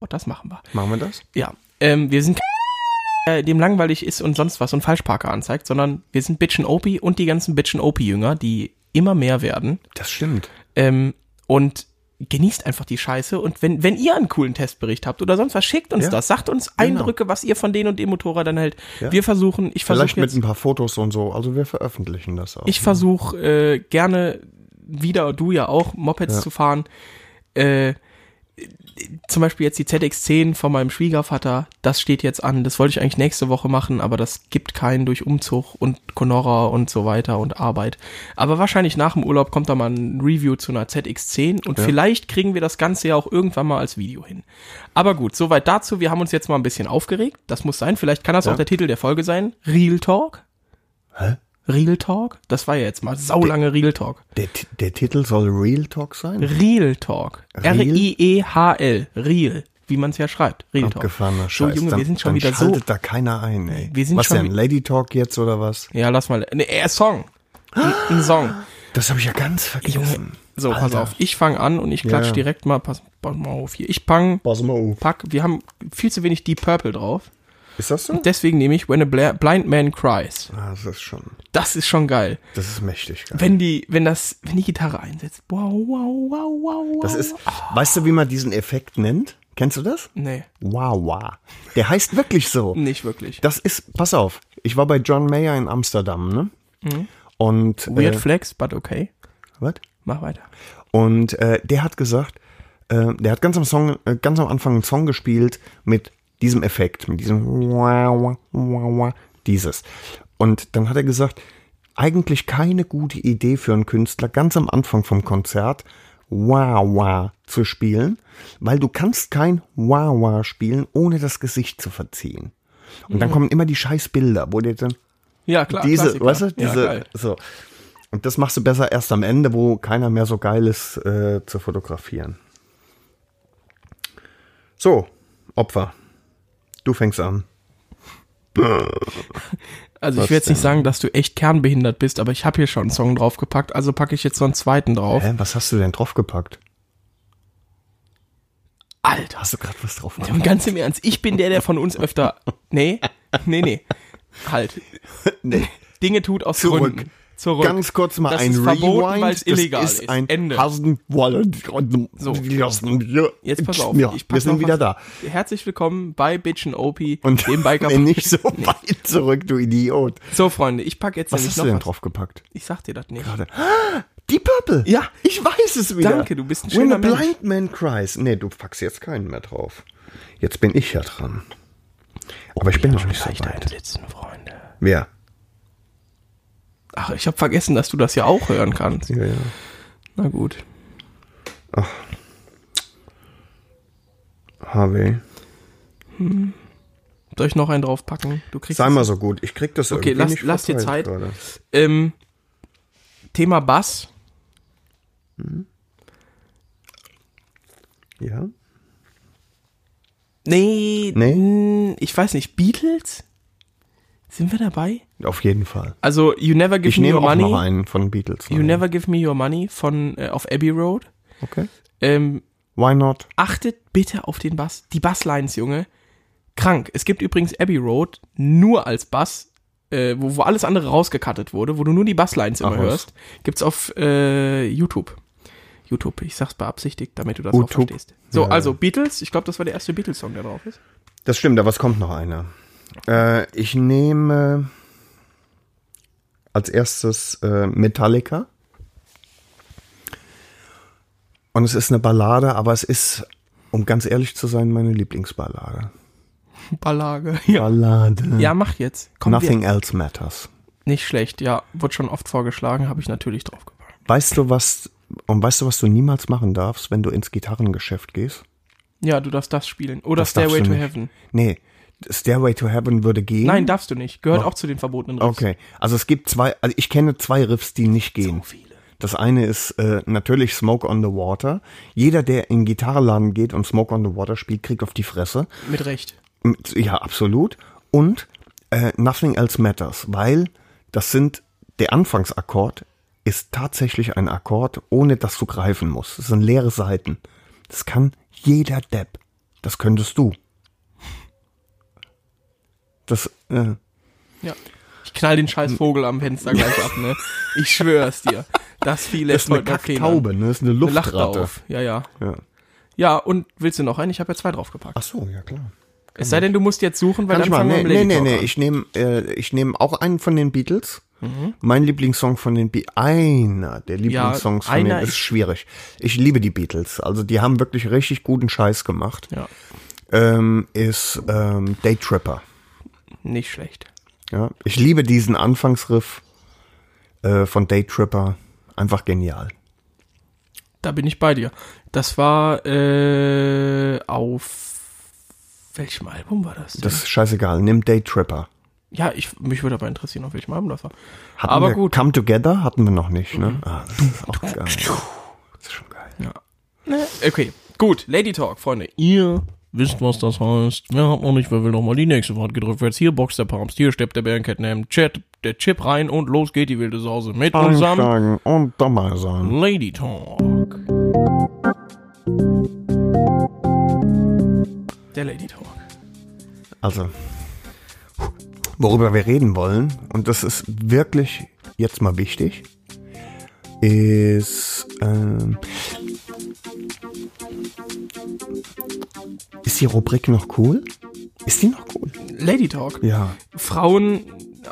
Oh, das machen wir. Machen wir das? Ja, ähm, wir sind äh, dem langweilig ist und sonst was und Falschparker anzeigt, sondern wir sind Bitchen Opie und die ganzen Bitchen Opie-Jünger, die immer mehr werden. Das stimmt. Ähm, und genießt einfach die Scheiße. Und wenn, wenn ihr einen coolen Testbericht habt oder sonst was, schickt uns Ja. Genau. das. Sagt uns Eindrücke, was ihr von denen und dem Motorrad dann hält. Ja. Wir versuchen, ich Vielleicht versuche mit jetzt, ein paar Fotos und so. Also wir veröffentlichen das auch. ich versuche äh, gerne wieder, du ja auch, Mopeds zu fahren. Äh, zum Beispiel jetzt die ZX10 von meinem Schwiegervater, das steht jetzt an. Das wollte ich eigentlich nächste Woche machen, aber das gibt keinen durch Umzug und Conora und so weiter und Arbeit. Aber wahrscheinlich nach dem Urlaub kommt da mal ein Review zu einer ZX10 und vielleicht kriegen wir das Ganze ja auch irgendwann mal als Video hin. Aber gut, soweit dazu. Wir haben uns jetzt mal ein bisschen aufgeregt. Das muss sein. Vielleicht kann das auch der Titel der Folge sein. Real Talk. Hä? Real Talk? Das war ja jetzt mal saulange Real Talk. der, Ti- der Titel soll Real Talk sein? Real Talk. Real? R-I-E-H-L. Real. Wie man es ja schreibt. Real Talk. Abgefahrener So, Scheiß. Junge, wir Dann- sind schon dann wieder so. schaltet da keiner ein, ey. Wir sind was schon denn, wie- Lady Talk jetzt oder was? Ja, lass mal. Ne, äh, Song. Ein, ein Song. Das habe ich ja ganz vergessen. So, pass Alter. auf. Ich fange an und ich klatsch Ja. direkt mal. Pass, pass mal auf hier. Ich pang, Pass mal auf. pack. Wir haben viel zu wenig Deep Purple drauf. Ist das so? Deswegen nehme ich When a Bla Blind Man Cries. Ah, das ist schon. Das ist schon geil. Das ist mächtig geil. Wenn die, wenn das, wenn die Gitarre einsetzt. Wow, wow, wow, wow, wow. Das ist. Weißt du, wie man diesen Effekt nennt? Kennst du das? Nee, Wow, wow. Der heißt wirklich so. nicht wirklich. Das ist, pass auf, ich war bei John Mayer in Amsterdam, ne? Und, Mhm. Weird äh, Flex, but okay. was? Mach weiter. und äh, der hat gesagt, äh, der hat ganz am, Song, äh, ganz am Anfang einen Song gespielt mit diesem Effekt, mit diesem Wah, Wah, Wah, Wah, dieses. Und dann hat er gesagt, eigentlich keine gute Idee für einen Künstler, ganz am Anfang vom Konzert Wah, Wah zu spielen, weil du kannst kein Wah, Wah spielen, ohne das Gesicht zu verziehen. Und dann kommen immer die scheiß Bilder, wo dir dann Ja, klar. diese, Klassiker. weißt du, diese, ja, geil. so. Und das machst du besser erst am Ende, wo keiner mehr so geil ist, äh, zu fotografieren. So, Opfer. Du fängst an. Also ich will jetzt nicht sagen, dass du echt kernbehindert bist, aber ich habe hier schon einen Song draufgepackt, also packe ich jetzt noch einen zweiten drauf. Hä, was hast du denn draufgepackt? Alter. Hast du gerade was draufgepackt? Und ganz im Ernst, ich bin der, der von uns öfter. Nee, nee, nee. Halt. Nee. Dinge tut aus Zurück. Gründen. Zurück. Ganz kurz mal das ein ist verboten, Rewind. weil es illegal das ist, ist. ein Ende. Hasen So. so. Jetzt pass auf. Ja, ich pack wir sind noch wieder da. was- Herzlich willkommen bei Bitchin' Opie, Und dem Biker. Nee, nicht so weit zurück, du Idiot. So, Freunde, ich packe jetzt Was nämlich hast noch du denn was. draufgepackt? Ich sag dir das nicht. Die Purple. Ja. Ich weiß es wieder. Danke, du bist ein When schöner a blind man cries. Nee, du packst jetzt keinen mehr drauf. Jetzt bin ich ja dran. Aber ich bin noch nicht so Leicht weit. einsitzen, Freunde. Wer? Ach, ich habe vergessen, dass du das ja auch hören kannst. Ja, ja. Na gut. Harvey. Soll ich noch einen draufpacken? Du kriegst Sei es- mal so gut. Ich krieg das Okay, irgendwie lass- nicht lass dir verteilt Zeit. gerade. Ähm, Thema Bass. Ja? Nee, Nee? nee. ich weiß nicht. Beatles? Sind wir dabei? Auf jeden Fall. Also You Never Give Ich Me nehme Your auch Money. noch einen von Beatles. You Never Give Me Your Money von äh, auf Abbey Road. Okay. Ähm, Why not? achtet bitte auf den Bass. Die Basslines, Junge. Krank. Es gibt übrigens Abbey Road nur als Bass, äh, wo, wo alles andere rausgekattet wurde, wo du nur die Basslines immer Ach was. hörst. Gibt's auf äh, YouTube. YouTube, ich sag's beabsichtigt, damit du das auch YouTube. verstehst. So, Ja. also Beatles, ich glaube, das war der erste Beatles-Song, der drauf ist. Das stimmt, aber es kommt noch einer. Äh, ich nehme als erstes äh, Metallica. Und es ist eine Ballade, aber es ist, um ganz ehrlich zu sein, meine Lieblingsballade. Ballage. Ja. Ballade. ja, mach jetzt. Komm, Nothing else matters. Wir, nicht schlecht. Ja, wurde schon oft vorgeschlagen, habe ich natürlich draufgepackt. Weißt du was? Und weißt du, was du niemals machen darfst, wenn du ins Gitarrengeschäft gehst? Ja, du darfst das spielen. Oder Das darfst Stairway du to nicht. Heaven. Nee, Stairway to Heaven würde gehen. Nein, darfst du nicht. Gehört auch zu den verbotenen Riffs. Oh. Okay, also es gibt zwei, also ich kenne zwei Riffs, die nicht gehen. Das eine ist äh, natürlich Smoke on the Water. Jeder, der in den Gitarrenladen geht und Smoke on the Water spielt, kriegt auf die Fresse. Mit Recht. Mit- Ja, absolut. Und äh, Nothing Else Matters, weil das sind, der Anfangsakkord ist tatsächlich ein Akkord, ohne dass du greifen musst. Das sind leere Seiten. Das kann jeder Depp. Das könntest du. Das, äh, Ja. Ich knall den scheiß Vogel am Fenster gleich ab, ne? Ich schwör's dir. Das fiel das lässt ist eine heute noch keiner. Kacktaube, ne? Das ist eine Eine Lacht Luftratte. auf. Ja, ja. Ja. Ja, und willst du noch einen? Ich habe ja zwei draufgepackt. Ach so, ja klar. es sei denn, du musst jetzt suchen, weil Kann ich dann mal, fangen nee, wir mit nee, nee, Lady Talk nee. an. ich nehme äh, ich nehme auch einen von den Beatles. Mhm. Mein Lieblingssong von den Beatles, einer der Lieblingssongs von einer denen ist ist- schwierig. Ich liebe die Beatles, also die haben wirklich richtig guten Scheiß gemacht. Ja, Ähm, ist ähm, Day Tripper. nicht schlecht. Ja, ich liebe diesen Anfangsriff äh, von Day Tripper, einfach genial. Da bin ich bei dir. Das war äh, auf welchem Album war das? Denn? Das ist scheißegal, nimm Day Tripper. ja, ich, mich würde aber interessieren, auf welchem Album das war. Hatten aber wir gut. Mhm. Come Together hatten wir noch nicht, ne? Ah, das ist auch geil. Das ist schon geil. Ja. Ne, Okay, gut. Lady Talk, Freunde. Ihr wisst, was das heißt. Wer hat noch nicht, wer will noch mal die nächste Fahrt gedrückt wird. Hier boxt der Palms, hier steppt der Bärenkettenhemd, Chat, der Chip rein und los geht die wilde Sause mit unserem Einsteigen und dabei sein. Lady Talk. Der Lady Talk. Also, worüber wir reden wollen, und das ist wirklich jetzt mal wichtig, ist, ähm, ist die Rubrik noch cool? Ist die noch cool? Lady Talk. Ja. Frauen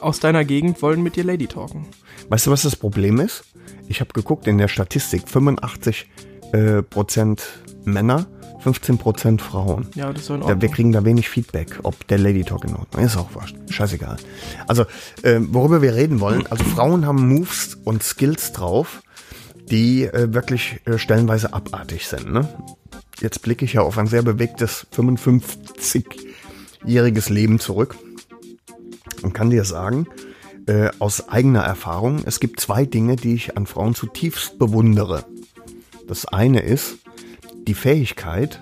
aus deiner Gegend wollen mit dir Lady talken. Weißt du, was das Problem ist? Ich habe geguckt in der Statistik, 85 äh, Prozent Männer, 15 Prozent Frauen. Ja, das soll in Da, wir Ordnung. kriegen da wenig Feedback, ob der Lady Talk in Ordnung ist. auch wurscht. Scheißegal. Also, äh, worüber wir reden wollen, also Frauen haben Moves und Skills drauf, die äh, wirklich äh, stellenweise abartig sind. Ne? Jetzt blicke ich ja auf ein sehr bewegtes 55-jähriges Leben zurück und kann dir sagen, äh, aus eigener Erfahrung, es gibt zwei Dinge, die ich an Frauen zutiefst bewundere. Das eine ist die Fähigkeit,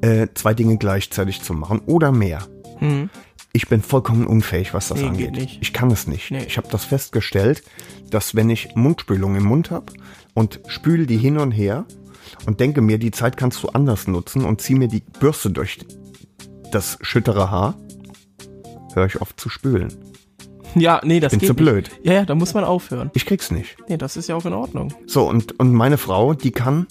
äh, zwei Dinge gleichzeitig zu machen oder mehr. Ich bin vollkommen unfähig, was das Hm. Nee, geht angeht. nicht. Ich kann es nicht. Nee. Ich habe das festgestellt, dass wenn ich Mundspülung im Mund habe und spüle die hin und her und denke mir, die Zeit kannst du anders nutzen und ziehe mir die Bürste durch das schüttere Haar, höre ich auf zu spülen. Ja, nee, das Bin geht zu nicht. blöd. Ja, ja, da muss man aufhören. Ich krieg's nicht. Nee, das ist ja auch in Ordnung. So, und, und meine Frau, die kann,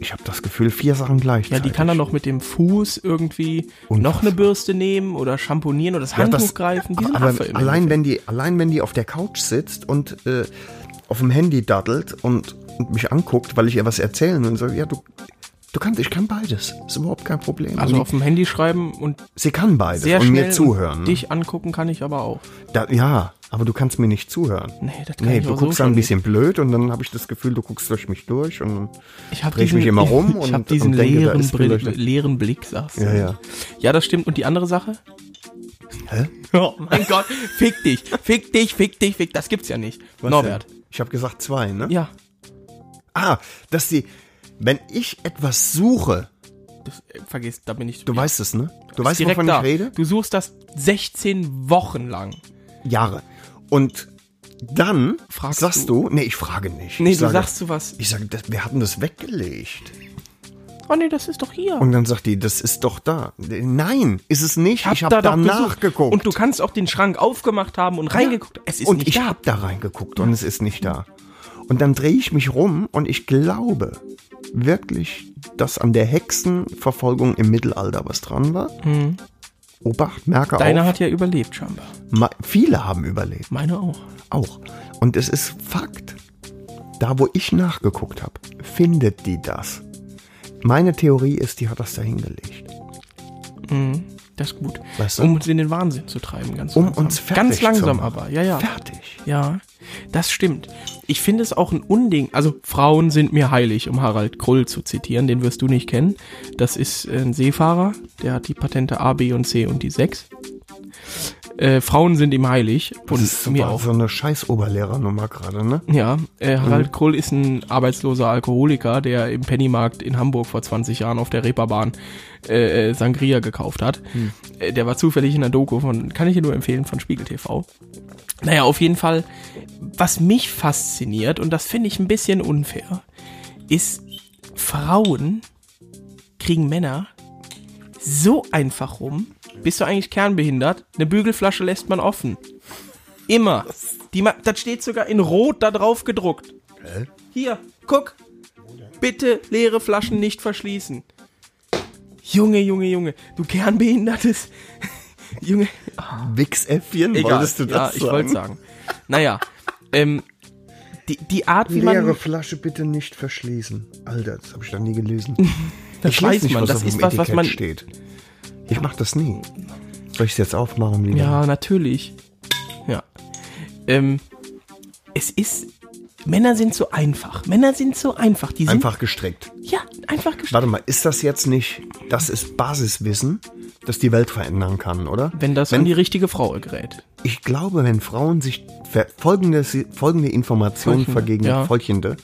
ich habe das Gefühl, vier Sachen Ja, gleichzeitig. die kann dann noch mit dem Fuß irgendwie noch eine Bürste nehmen oder schamponieren oder das Ja, Handtuch das- greifen. Die sind aber Affe im allein wenn die, allein wenn die auf der Couch sitzt und äh, auf dem Handy daddelt und, und mich anguckt, weil ich ihr was erzählen und so, ja, du, du kannst, ich kann beides. Ist überhaupt kein Problem. Also Und auf dem Handy schreiben und die, sie kann beides sehr und schnell mir zuhören. ne? dich angucken kann ich aber auch. Da, ja, aber du kannst mir nicht zuhören. Nee, das kann Nee, ich du auch so guckst dann ein schon bisschen blöd und dann habe ich das Gefühl, du guckst durch mich durch und dann Ich habe dreh ich mich immer rum und, ich habe und diesen denke, da leeren, ist Brill, vielleicht- leeren Blick, sagst du. Ja, ja. Ja, das stimmt. Und die andere Sache? Hä? Oh mein Gott, fick dich, fick dich, fick dich, fick. Das gibt's ja nicht. Norbert. denn? Ich habe gesagt zwei, ne? Ja, Ah, dass sie, wenn ich etwas suche, das äh, vergiss, da bin ich. du ja, weißt es, ne? Du ist weißt, wovon da. ich rede? Du suchst das 16 Wochen lang. Jahre. Und dann Fragst sagst du, nee, ich frage nicht. Nee, ich du sage, sagst du was. Ich sage, das, wir hatten das weggelegt. Oh nee, das ist doch hier. Und dann sagt die, das ist doch da. Nein, ist es nicht. Ich habe da hab doch da gesucht. nachgeguckt. Und du kannst auch den Schrank aufgemacht haben und reingeguckt. Es ist und nicht ich da. habe da reingeguckt und es ist nicht da. Und dann drehe ich mich rum und ich glaube wirklich, dass an der Hexenverfolgung im Mittelalter was dran war. Obacht, merke Hm. Deiner auf, hat ja überlebt, scheinbar. ma- viele haben überlebt, Meine auch. auch. Und es ist Fakt. Da, wo ich nachgeguckt habe, findet die das. Meine Theorie ist, die hat das da hingelegt. Das ist gut. Weißt du? Um uns in den Wahnsinn zu treiben, ganz Um langsam. uns fertig Ganz zu langsam machen. aber, ja, ja. Fertig. Ja, das stimmt. Ich finde es auch ein Unding. Also Frauen sind mir heilig, um Harald Krull zu zitieren. Den wirst du nicht kennen. Das ist äh, ein Seefahrer. Der hat die Patente A, B und C und die 6. Äh, Frauen sind ihm heilig und Das ist mir mir auch. so eine scheiß Oberlehrernummer gerade, ne? Ja, äh, Harald Krull ist ein arbeitsloser Alkoholiker, der im Pennymarkt in Hamburg vor 20 Jahren auf der Reeperbahn äh, äh, Sangria gekauft hat. Äh, der war zufällig in der Doku von, kann ich dir nur empfehlen, von Spiegel TV. Naja, auf jeden Fall, was mich fasziniert, und das finde ich ein bisschen unfair, ist, Frauen kriegen Männer so einfach rum. Bist du eigentlich kernbehindert? Eine Bügelflasche lässt man offen. Immer. Die ma das steht sogar in Rot da drauf gedruckt. Hier, guck. Bitte leere Flaschen nicht verschließen. Junge, Junge, Junge, du kernbehindertes. Junge, Wichsäffchen, egal. wolltest du ja, das ich wollte sagen. Naja, ähm, die, die Art, wie man. Leere Flasche bitte nicht verschließen. Alter, das habe ich noch nie gelesen. Das ich weiß man, das auf ist dem was, was Etikett man- steht. Ich mache das nie. Soll ich es jetzt aufmachen, Lina? Ja, natürlich. Ja. Ähm, es ist. Männer sind so einfach. Männer sind so einfach. Die sind Einfach gestreckt. ja einfach gestellt. Warte mal, ist das jetzt nicht, das ist Basiswissen, das die Welt verändern kann, oder? Wenn das an wenn, die richtige Frau gerät. Ich glaube, wenn Frauen sich ver- folgende, folgende Information Folgende, vergegen, ja. folgende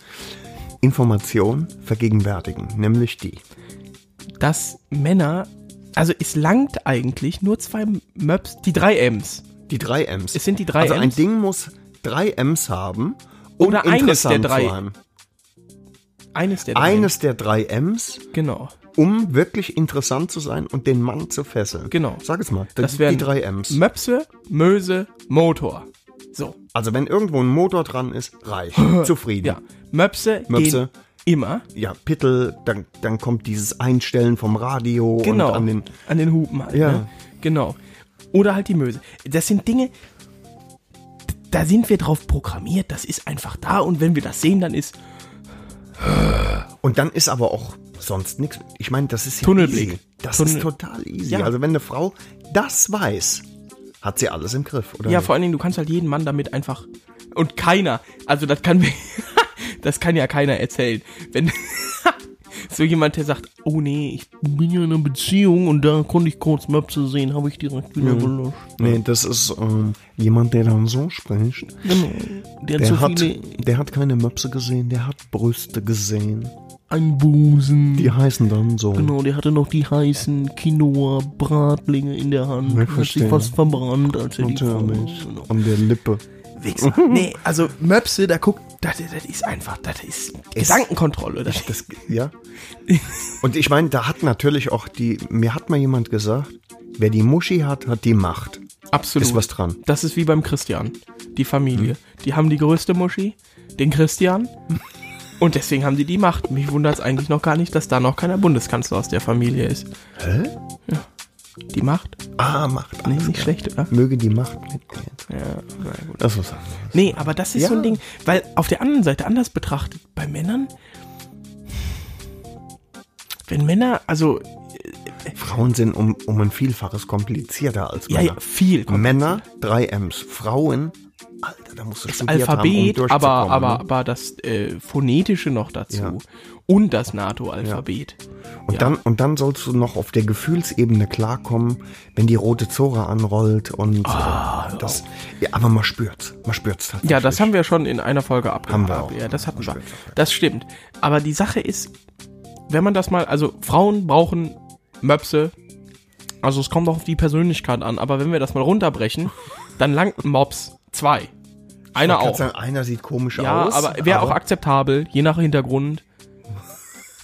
Information vergegenwärtigen, nämlich die. dass Männer, also es langt eigentlich nur zwei Möps, die drei M's. Die drei M's. Es sind die drei also ein M's. Ding muss drei M's haben, um Oder eines interessant der drei zu haben. Eines der drei. Eines der drei M's, M's. Genau. um wirklich interessant zu sein und den Mann zu fesseln. Genau. Sag es mal, das Das wären die drei M's. Möpse, Möse, Motor. So, also wenn irgendwo ein Motor dran ist, reich, zufrieden. ja. Möpse, Möpse. gehen immer. ja, Pittel, dann, dann kommt dieses Einstellen vom Radio Genau. und an den. an den Hupen halt. Ja. Ne? Genau. Oder halt die Möse. Das sind Dinge, da sind wir drauf programmiert. Das ist einfach da. Und wenn wir das sehen, dann ist Und dann ist aber auch sonst nichts. Ich meine, das ist ja Tunnelblick. easy. Das Tunnel- ist total easy. Ja. Also wenn eine Frau das weiß, hat sie alles im Griff, oder? Ja, nicht? vor allen Dingen, du kannst halt jeden Mann damit einfach. Und keiner. Also das kann mir. das kann ja keiner erzählen. Wenn. so jemand, der sagt, oh nee, ich bin ja in einer Beziehung und da konnte ich kurz Möpse sehen, habe ich direkt wieder gelöscht. Nee, das ist ähm, jemand, der dann so spricht. Genau. Der, hat Der so hat, viele der hat keine Möpse gesehen, der hat Brüste gesehen. einen Busen. Die heißen dann so. Genau, der hatte noch die heißen Quinoa-Bratlinge in der Hand. Ich hat sich verstehe. fast verbrannt, als er die Natürlich. Genau. äh, An der Lippe. Wichser. Nee, also Möpse, da guckt, das, das ist einfach, das ist Gedankenkontrolle. Das Das, ja. Und ich meine, da hat natürlich auch die, mir hat mal jemand gesagt, wer die Muschi hat, hat die Macht. Absolut. Ist was dran. Das ist wie beim Christian. Die Hm. Familie. Die haben die größte Muschi, den Christian. Und deswegen haben die die Macht. Mich wundert es eigentlich noch gar nicht, dass da noch keiner Bundeskanzler aus der Familie ist. Hä? Die Macht? Ah, Macht. Nee, alles nicht klar. schlecht, oder? Möge die Macht mitgehen. Ja, na gut. Das ist Nee, aber das ist Ja. so ein Ding, weil auf der anderen Seite, anders betrachtet, bei Männern, wenn Männer, also, Frauen sind um, um ein Vielfaches komplizierter als ja, Männer. ja viel. kommt- Männer, drei M's. Frauen, Alter, da musst du das Alphabet, haben, um aber, durchzukommen, aber, ne? aber das äh, Phonetische noch dazu. Ja. Und das NATO-Alphabet. Und, dann, und dann sollst du noch auf der Gefühlsebene klarkommen, wenn die rote Zora anrollt und äh, das. Ja, aber man spürt's. Man spürt's tatsächlich. Ah, Ja, das haben wir schon in einer Folge abgehauen. Haben wir auch. Ja, das hatten wir. Stimmt. Das stimmt. Aber die Sache ist, wenn man das mal, also Frauen brauchen Möpse. Also es kommt auch auf die Persönlichkeit an. Aber wenn wir das mal runterbrechen, dann langt Mops zwei. Einer Man kann auch. Sagen, einer sieht komisch Genau. Ja, aus. aber wäre auch akzeptabel, je nach Hintergrund.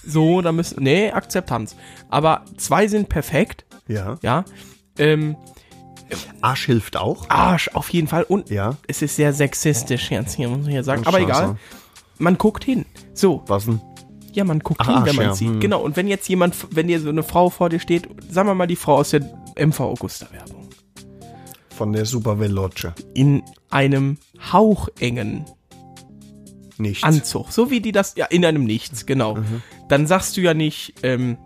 So, da müssen, nee, Akzeptanz. Aber zwei sind perfekt, Ja. ja. Ähm, Arsch hilft auch. Arsch auf jeden Fall. Und Ja. es ist sehr sexistisch jetzt hier, muss ich ja sagen. Und Aber Scheiße. egal. Man guckt hin. So, Was denn? ja, man guckt Ach, hin, wenn Arsch, man ja, sieht. hm. Genau. Und wenn jetzt jemand, wenn dir so eine Frau vor dir steht, sagen wir mal die Frau aus der MV Augusta Werbung, Von der Super Veloce. in einem hauchengen Nichts. Mhm. Anzug, so wie die das, ja, in einem Nichts, genau. Dann sagst du ja nicht, ähm,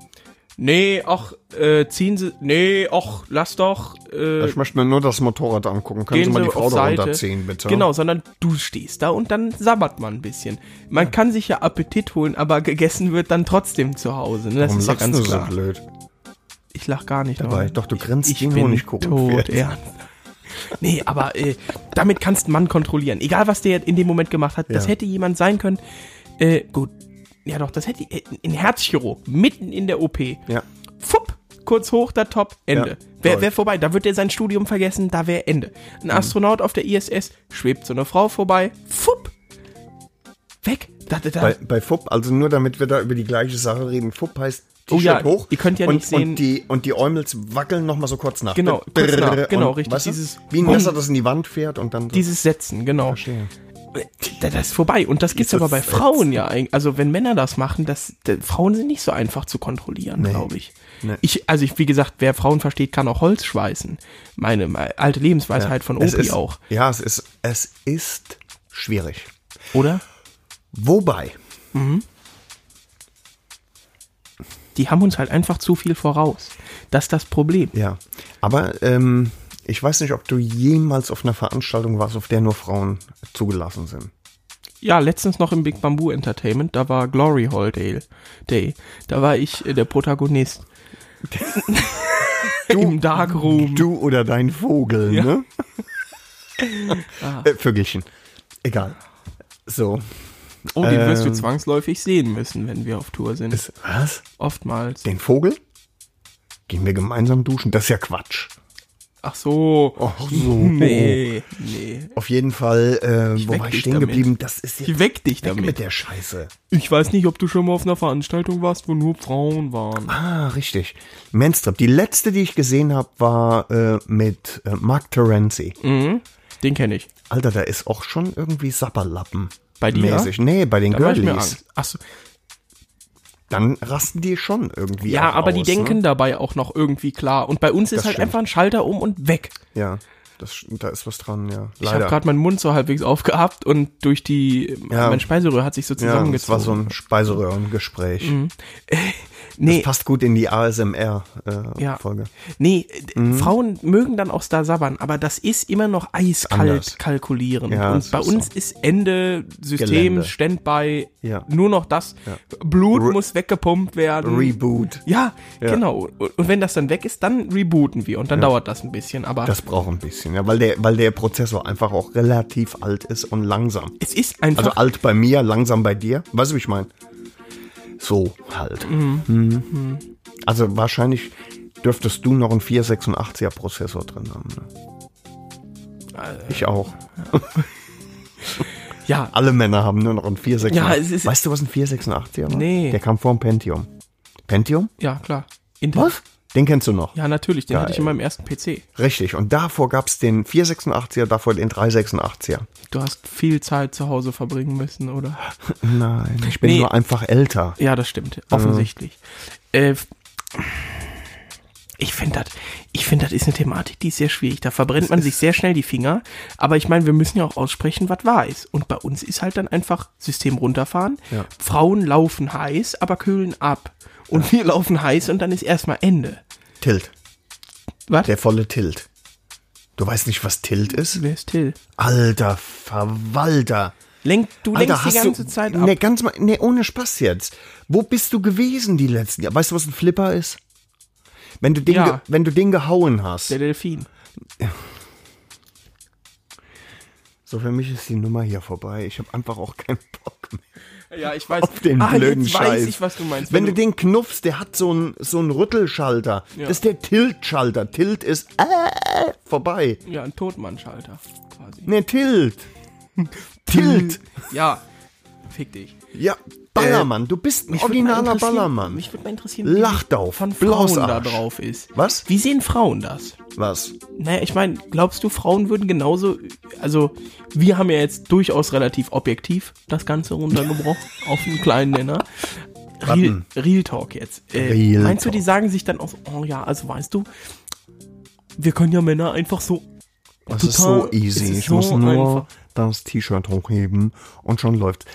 Nee, ach, äh, ziehen Sie. Nee, ach, lass doch. Äh, Ich möchte mir nur das Motorrad angucken. Können Sie mal die Frau da runterziehen, bitte? Genau, sondern du stehst da und dann sabbert man ein bisschen. Man kann sich ja Appetit holen, aber gegessen wird dann trotzdem zu Hause. Ne? Das Warum ist ja lachst ganz du so klar. blöd? ich lach gar nicht. Dabei, Leute. doch, du grinst ich Dino bin und ich gucke tot, Pferd. ja. Nee, aber äh, damit kannst man kontrollieren. Egal, was der in dem Moment gemacht hat. Das Ja. hätte jemand sein können. Äh, gut. Ja doch, das hätte äh, ein Herzchirurg mitten in der OP. Ja. Fupp, kurz hoch, da top, Ende. Ja, Wer toll. Mhm. wär vorbei, da wird er sein Studium vergessen, da wäre Ende. Ein Astronaut auf der ISS, schwebt so eine Frau vorbei, fupp, weg. Da, da, da. Bei, bei FUP, also nur damit wir da über die gleiche Sache reden, FUP heißt Oh T-Shirt ja, hoch. ihr könnt ja und, nicht sehen- Und die, und die Äumels wackeln nochmal so kurz nach. Genau, Brrr, kurz nach, genau, und, richtig, Weißt du, dieses- wie ein Messer, das in die Wand fährt und dann so. Dieses Setzen, genau. Verstehe. Da- Das ist vorbei. Und das gibt's Dieses aber bei Setzen. Frauen ja eigentlich. Also wenn Männer das machen, das, da- Frauen sind nicht so einfach zu kontrollieren, glaube ich. Nee. ich. Also ich, wie gesagt, wer Frauen versteht, kann auch Holz schweißen. Meine, meine alte Lebensweisheit Halt von Es Opi ist, auch. Ja, es ist, es ist schwierig. Oder? Wobei, Die haben uns halt einfach zu viel voraus. Das ist das Problem. ja, aber ähm, ich weiß nicht, ob du jemals auf einer Veranstaltung warst, auf der nur Frauen zugelassen sind. Ja, letztens noch im Big Bamboo Entertainment, da war Glory Hall Day. Day. Da war ich äh, der Protagonist. Im Darkroom. Du oder dein Vogel, Ja. Ah. ne? Äh, Vögelchen. Egal. So. Oh, den wirst du Ähm. zwangsläufig sehen müssen, wenn wir auf Tour sind. Ist, was? Oftmals. Den Vogel? Gehen wir gemeinsam duschen? Das ist ja Quatsch. Ach so. Ach so. Oh. Nee, nee. Auf jeden Fall, äh, wo weck war dich ich stehen damit. geblieben? Das ist Ich jetzt weck dich weg mit damit. der Scheiße. Ich weiß nicht, ob du schon mal auf einer Veranstaltung warst, wo nur Frauen waren. Ah, richtig. Manstrip. Die letzte, die ich gesehen habe, war äh, mit äh, Mark Terenzi. Den kenne ich. Alter, da ist auch schon irgendwie Sapperlappen. Bei dir? Mäßig. Nee, bei den Da mach ich mir Girlies. Angst. Ach so. Dann rasten die schon irgendwie Ja, auch aber aus, die denken Ne? dabei auch noch irgendwie klar. Und bei uns ist Das halt stimmt. einfach ein Schalter um und weg. Ja, das, da ist was dran, ja. Ich habe gerade meinen Mund so halbwegs aufgehabt und durch die Ja. mein Speiseröhr hat sich so ja, das war zusammengezogen. Mhm. so ein Speiseröhrengespräch. nee, Passt gut in die ASMR-Folge. Äh, Ja. Folge. nee, d- Mhm. Frauen mögen dann auch da sabbern, aber das ist immer noch eiskalt anders. kalkulieren. Ja, und das bei ist uns ist Ende System, Gelände. Standby, Ja. nur noch das. Blut Re- muss weggepumpt werden. Reboot. ja, Ja. genau. Und und wenn das dann weg ist, dann rebooten wir und dann dauert das ein bisschen. Aber Das braucht ein bisschen, ja, weil der, weil der Prozessor einfach auch relativ alt ist und langsam. es ist einfach Also alt bei mir, langsam bei dir. Weißt du, wie ich meine? So halt. Mhm. Also wahrscheinlich dürftest du noch einen 486er Prozessor drin haben. Ne? Ich auch. also- ja, Alle Männer haben nur noch einen 486er. Ja, es ist- weißt du, was ein 486er war? Nee. Der kam vor dem Pentium. Pentium? ja klar. Inter Was? Den kennst du noch. Ja, natürlich, den Geil. hatte ich in meinem ersten PC. Richtig. Und davor gab es den 486er, davor den 386er. Du hast viel Zeit zu Hause verbringen müssen, oder? Nein, ich bin Nee. nur einfach älter. Ja, das stimmt, offensichtlich. Äh, ich finde das, ich finde das ist eine Thematik, die ist sehr schwierig. Da verbrennt man sich sehr schnell die Finger. Aber ich meine, wir müssen ja auch aussprechen, was wahr ist. Und bei uns ist halt dann einfach System runterfahren. Ja. Frauen laufen heiß, aber kühlen ab. Und wir laufen heiß und dann ist erstmal Ende. Tilt. Was? Der volle Tilt. Du weißt nicht, was Tilt ist? Wer ist Till? Alter Verwalter. Lenk, du lenkst Alter, die hast ganze du, Zeit ab. Nee, ganz mal, nee, ohne Spaß jetzt. Wo bist du gewesen die letzten Jahre? Weißt du, was ein Flipper ist? Wenn du den, Ja. ge, wenn du den gehauen hast. Der Delfin. So, für mich ist die Nummer hier vorbei. Ich habe einfach auch keinen Bock mehr. Ja, ich weiß. auf den ah, blöden jetzt Scheiß. weiß ich, was du meinst. Wenn, du, den knuffst, der hat so einen so einen Rüttelschalter. Das ist der Tilt-Schalter. Tilt ist äh, vorbei. ja, ein Totmannschalter quasi. Ne, Tilt. Tilt. Ja, fick dich. Ja, Ballermann. du bist ein Äh, Mich würd mal originaler interessieren- Ballermann. Mich würde mal interessieren, wie Lacht auf. von Frauen da Blausarsch. drauf ist. Was? Wie sehen Frauen das? Was? Naja, ich meine, glaubst du, Frauen würden genauso, also wir haben ja jetzt durchaus relativ objektiv das Ganze runtergebrochen auf einen kleinen Nenner. Real, Real Talk jetzt. Äh, Real meinst du, die Talk. sagen sich dann auch, so, oh ja, also weißt du, wir können ja Männer einfach so Das Total- ist so easy. es ist ich muss so nur einfach. das T-Shirt hochheben und schon läuft.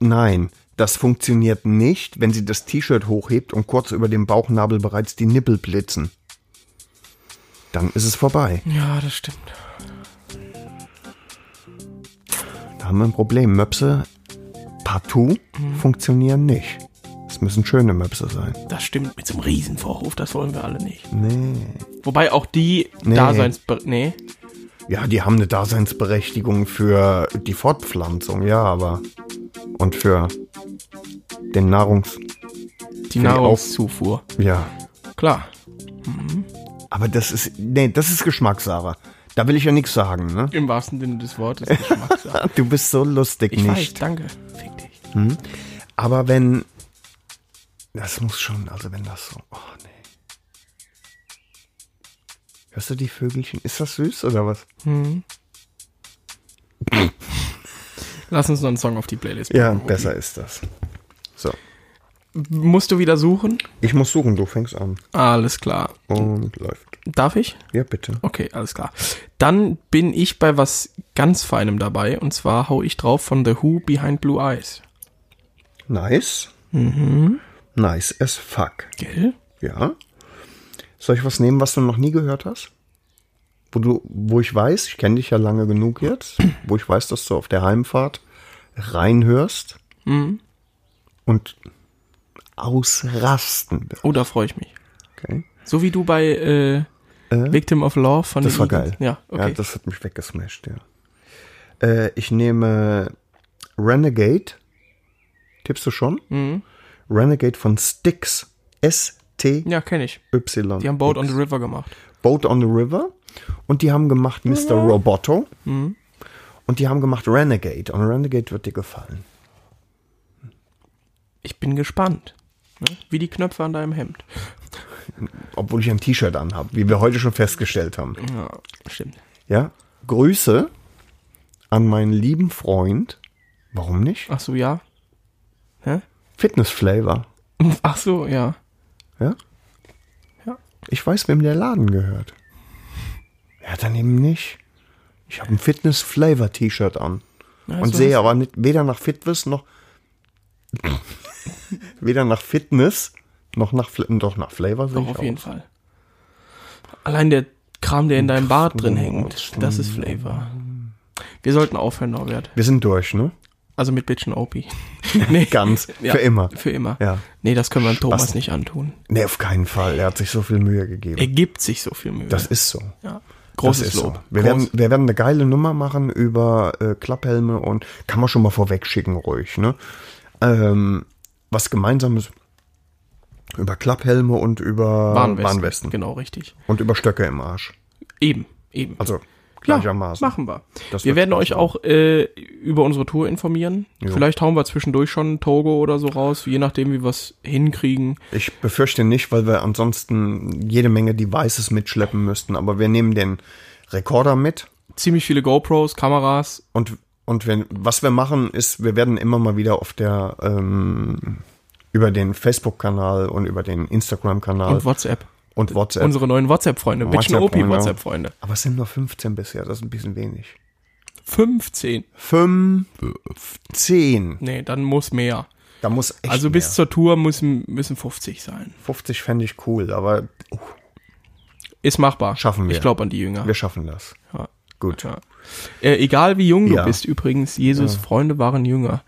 Nein, Das funktioniert nicht, wenn sie das T-Shirt hochhebt und kurz über dem Bauchnabel bereits die Nippel blitzen. Dann ist es vorbei. Ja, das stimmt. Da haben wir ein Problem. Möpse partout Mhm. funktionieren nicht. Es müssen schöne Möpse sein. Das stimmt mit so einem Riesenvorhof, das wollen wir alle nicht. Nee. Wobei auch die Nee. Daseins... Nee. Ja, die haben eine Daseinsberechtigung für die Fortpflanzung, ja, aber. Und für den Nahrungs. Die Nahrungszufuhr. Ja. Klar. Aber das ist. Nee, das ist Geschmackssache. Da will ich ja nichts sagen, ne? Im wahrsten Sinne des Wortes. Geschmackssache. Du bist so lustig Ich weiß, nicht. danke. Fick dich. Aber wenn. Das muss schon, also wenn das so. Oh, nee. Hörst du die Vögelchen? Ist das süß oder was? Lass uns noch einen Song auf die Playlist Ja, besser ist das. So. Musst du wieder suchen? Ich muss suchen, du fängst an. Alles klar. Und läuft. Darf ich? Ja, bitte. Okay, alles klar. Dann bin ich bei was ganz Feinem dabei. Und zwar hau ich drauf von The Who Behind Blue Eyes. Nice. Mhm. Nice as fuck. Gell? Ja. Soll ich was nehmen, was du noch nie gehört hast? Wo du, wo ich weiß, ich kenne dich ja lange genug jetzt, wo ich weiß, dass du auf der Heimfahrt reinhörst Mhm. und ausrasten wirst. Oh, da freue ich mich. Okay. So wie du bei äh, Victim of Law von Das den war Eagles- geil. Ja, okay. ja, das hat mich weggesmashed, ja. Äh, ich nehme Renegade. Tippst du schon? Mhm. Renegade von Styx. S-T-Y. ja kenne ich. Die haben Boat on the River gemacht. Boat on the River. Und die haben gemacht Mr. Roboto. Und die haben gemacht Renegade. Und Renegade wird dir gefallen. Ich bin gespannt. Ne? Wie die Knöpfe an deinem Hemd. Obwohl ich ein T-Shirt anhabe, wie wir heute schon festgestellt haben. Ja, stimmt. Ja. Grüße an meinen lieben Freund. Warum nicht? Ach so, ja. Hä? Fitness Flavor. Ach so, ja. Ja? Ja. Ich weiß, wem der Laden gehört. Ja, dann eben nicht. Ich habe ein Fitness Flavor T-Shirt an. Ja, und so sehe aber nicht, weder nach Fitness noch weder nach Fitness noch nach Fla- doch nach Flavor sehe Doch, ich auf auch. jeden Fall. Allein der Kram, der in deinem Bart drin hängt, das ist Flavor. Wir sollten aufhören, Norbert. Wir sind durch, ne? Also mit Bitchen Opie. nee, Ganz Ja, für immer. Für immer. Ja. Nee, das können wir dem Thomas nicht antun. Nee, Ne, auf keinen Fall. Er hat sich so viel Mühe gegeben. Er gibt sich so viel Mühe. das ist so. ja. Großes das ist Lob. So. Wir, Groß- werden, wir werden eine geile Nummer machen über äh, Klapphelme und kann man schon mal vorweg schicken, ruhig, ne? Ähm, was gemeinsames über Klapphelme und über Warnwesten. Warnwesten. Genau, richtig. und über Stöcke im Arsch. Eben, eben. Also ja, gleichermaßen. machen wir. Das wir wird werden ganz euch auch äh, über unsere Tour informieren. Vielleicht hauen wir zwischendurch schon Togo oder so raus, je nachdem, wie wir es hinkriegen. Ich befürchte nicht, weil wir ansonsten jede Menge Devices mitschleppen müssten, aber wir nehmen den Rekorder mit Ziemlich viele GoPros, Kameras, und, und wenn, was wir machen ist, wir werden immer mal wieder auf der, ähm, über den Facebook-Kanal und über den Instagram-Kanal und WhatsApp. und WhatsApp. Unsere neuen WhatsApp-Freunde. Bitchen WhatsApp, Opie Äh, ja. WhatsApp-Freunde. Aber es sind nur 15 bisher, das ist ein bisschen wenig. 15. 15. Nee, dann muss mehr. Da muss echt Also bis mehr. zur Tour müssen, müssen 50 sein. 50 fände ich cool, aber oh, Ist machbar. Schaffen wir. Ich glaube an die Jünger. wir schaffen das. Ah. Ja. Gut. Ja. Äh, egal wie jung Ja. du bist übrigens, Jesus, Freunde waren jünger.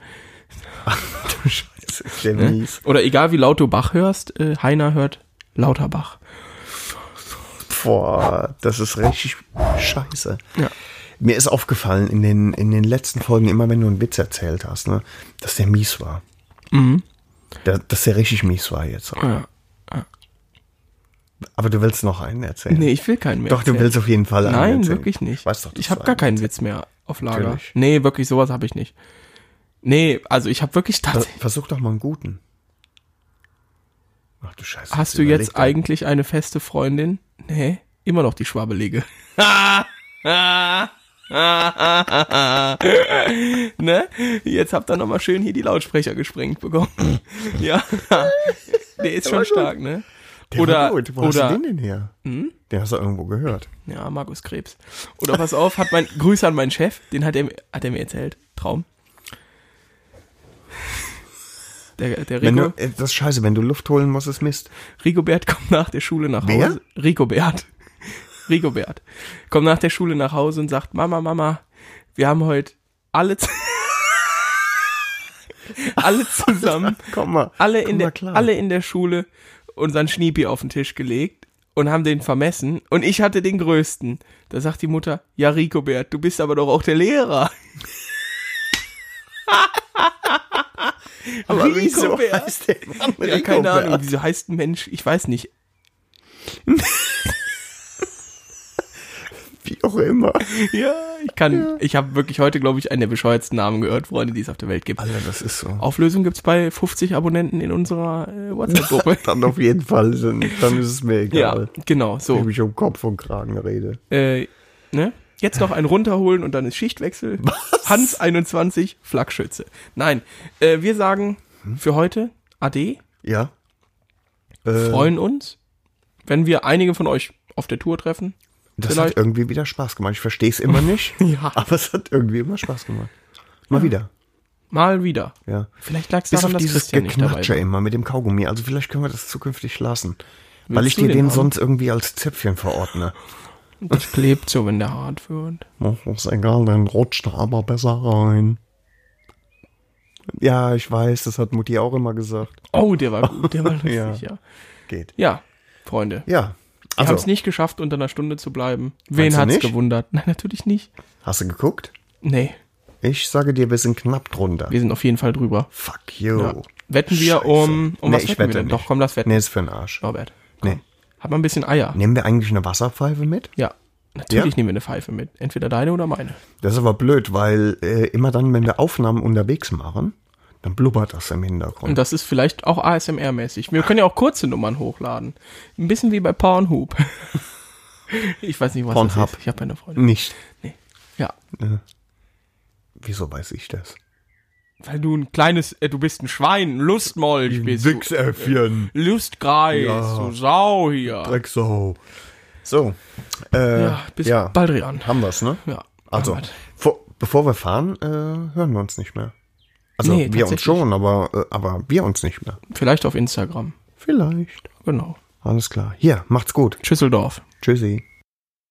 du Scheiße, ist der mies. Oder egal wie laut du Bach hörst, äh, Heiner hört lauter Bach. Boah, das ist richtig scheiße. Ja. Mir ist aufgefallen in den, in den letzten Folgen, immer wenn du einen Witz erzählt hast, ne, dass der mies war. Da, dass der richtig mies war jetzt. auch. Mhm. Ja. Aber du willst noch einen erzählen. Nee, ich will keinen mehr. Doch, du erzählen. willst auf jeden Fall einen Nein, erzählen. wirklich nicht. Ich weiß doch, dass ich du habe gar einen- keinen Witz mehr auf Lager. Natürlich. Nee, wirklich, sowas habe ich nicht. Nee, also ich habe wirklich Ver- tatsächlich. Versuch doch mal einen guten. Ach du Scheiße. Hast du jetzt überleg eigentlich eine feste Freundin? Nee, immer noch die Schwabbelige. ne? Jetzt habt ihr nochmal schön hier die Lautsprecher gesprengt bekommen. ja. Der ist schon war gut. stark, ne? doch. Der oder war gut. Wo oder Hm? hast du den denn her? Den hast du irgendwo gehört. ja, Markus Krebs. Oder pass auf, hat mein Grüße an meinen Chef, den hat er, mir- hat er mir erzählt. Traum. Der, der Wenn du, Rico, äh, das ist scheiße, wenn du Luft holen musst, ist Mist. Rigobert kommt nach der Schule nach Wer? Hause. Rigobert. Rigobert. Kommt nach der Schule nach Hause und sagt, Mama, Mama, wir haben heute alle, z- alle zusammen, Komm mal. alle komm in, mal der, klar. alle in der Schule unseren Schniepi auf den Tisch gelegt und haben den vermessen und ich hatte den größten. Da sagt die Mutter, ja, Rigobert, du bist aber doch auch der Lehrer. Aber wieso Rigobert. heißt der Mann Ja, keine Rigobert? Ahnung, wieso heißt ein Mensch, ich weiß nicht, Wie auch immer. Ja, ich kann. Ich habe wirklich heute, glaube ich, einen der bescheuertsten Namen gehört, Freunde, die es auf der Welt gibt. Alter, das ist so. Auflösung gibt's bei 50 Abonnenten in unserer äh, WhatsApp-Gruppe. Dann auf jeden Fall, dann, dann ist es mir ja, egal. genau, Wenn ich so. mich um Kopf und Kragen rede. Äh, ne? Jetzt noch einen runterholen und dann ist Schichtwechsel. Hans 21, Flakschütze. Nein, äh, wir sagen für heute Ade, Ja. Äh, freuen uns, wenn wir einige von euch auf der Tour treffen. das vielleicht- hat irgendwie wieder Spaß gemacht. Ich verstehe es immer nicht, Ja. aber es hat irgendwie immer Spaß gemacht. Mal wieder. Mal wieder. Ja. Vielleicht lag's Bis daran, auf dass dieses Christian nicht dabei ne? Geknatsche war. immer mit dem Kaugummi. Also vielleicht können wir das zukünftig lassen. weil Willst ich du dir den den haben? sonst irgendwie als Zäpfchen verordne. Das klebt so, wenn der hart wird. Oh, ist egal, dann rutscht er aber besser rein. Ja, ich weiß, das hat Mutti auch immer gesagt. Oh, der war gut, der war lustig, Ja. ja. Geht. Ja, Freunde. Ja. Wir haben es Also, nicht geschafft, unter einer Stunde zu bleiben. Wen du hat's nicht? gewundert? Nein, natürlich nicht. hast du geguckt? Nee, Ich sage dir, wir sind knapp drunter. wir sind auf jeden Fall drüber. Fuck you. Ja. Wetten wir Scheiße. um. Um Nee, was ich wetten wir wette denn? nicht. Doch, komm, lass wetten. Nee, ist für den Arsch. Norbert. Nee. Hat man ein bisschen Eier. Nehmen wir eigentlich eine Wasserpfeife mit? Ja. Natürlich Ja? nehmen wir eine Pfeife mit. Entweder deine oder meine. Das ist aber blöd, weil äh, immer dann, wenn wir Aufnahmen unterwegs machen, dann blubbert das im Hintergrund. Und das ist vielleicht auch ASMR-mäßig. Wir können ja auch kurze Nummern hochladen. Ein bisschen wie bei Pornhub. Ich weiß nicht, was das Pornhub. ist. Ich habe eine Freundin. nicht. Ja. Wieso weiß ich das? Weil du ein kleines, äh, du bist ein Schwein, ein Lustmolch bist du. Wichsäffchen. Lustgreis, Ja. du Sau hier. Drecksau. So. Äh, Ja, bis Baldrian. Haben wir's, ne? Ja. Also, Norbert. vor, bevor wir fahren, äh, hören wir uns nicht mehr. Also Nee, wir uns tatsächlich. schon, aber, äh, aber wir uns nicht mehr. Vielleicht auf Instagram. Vielleicht. Genau. Alles klar. Hier, macht's gut. Schüsseldorf. Tschüssi.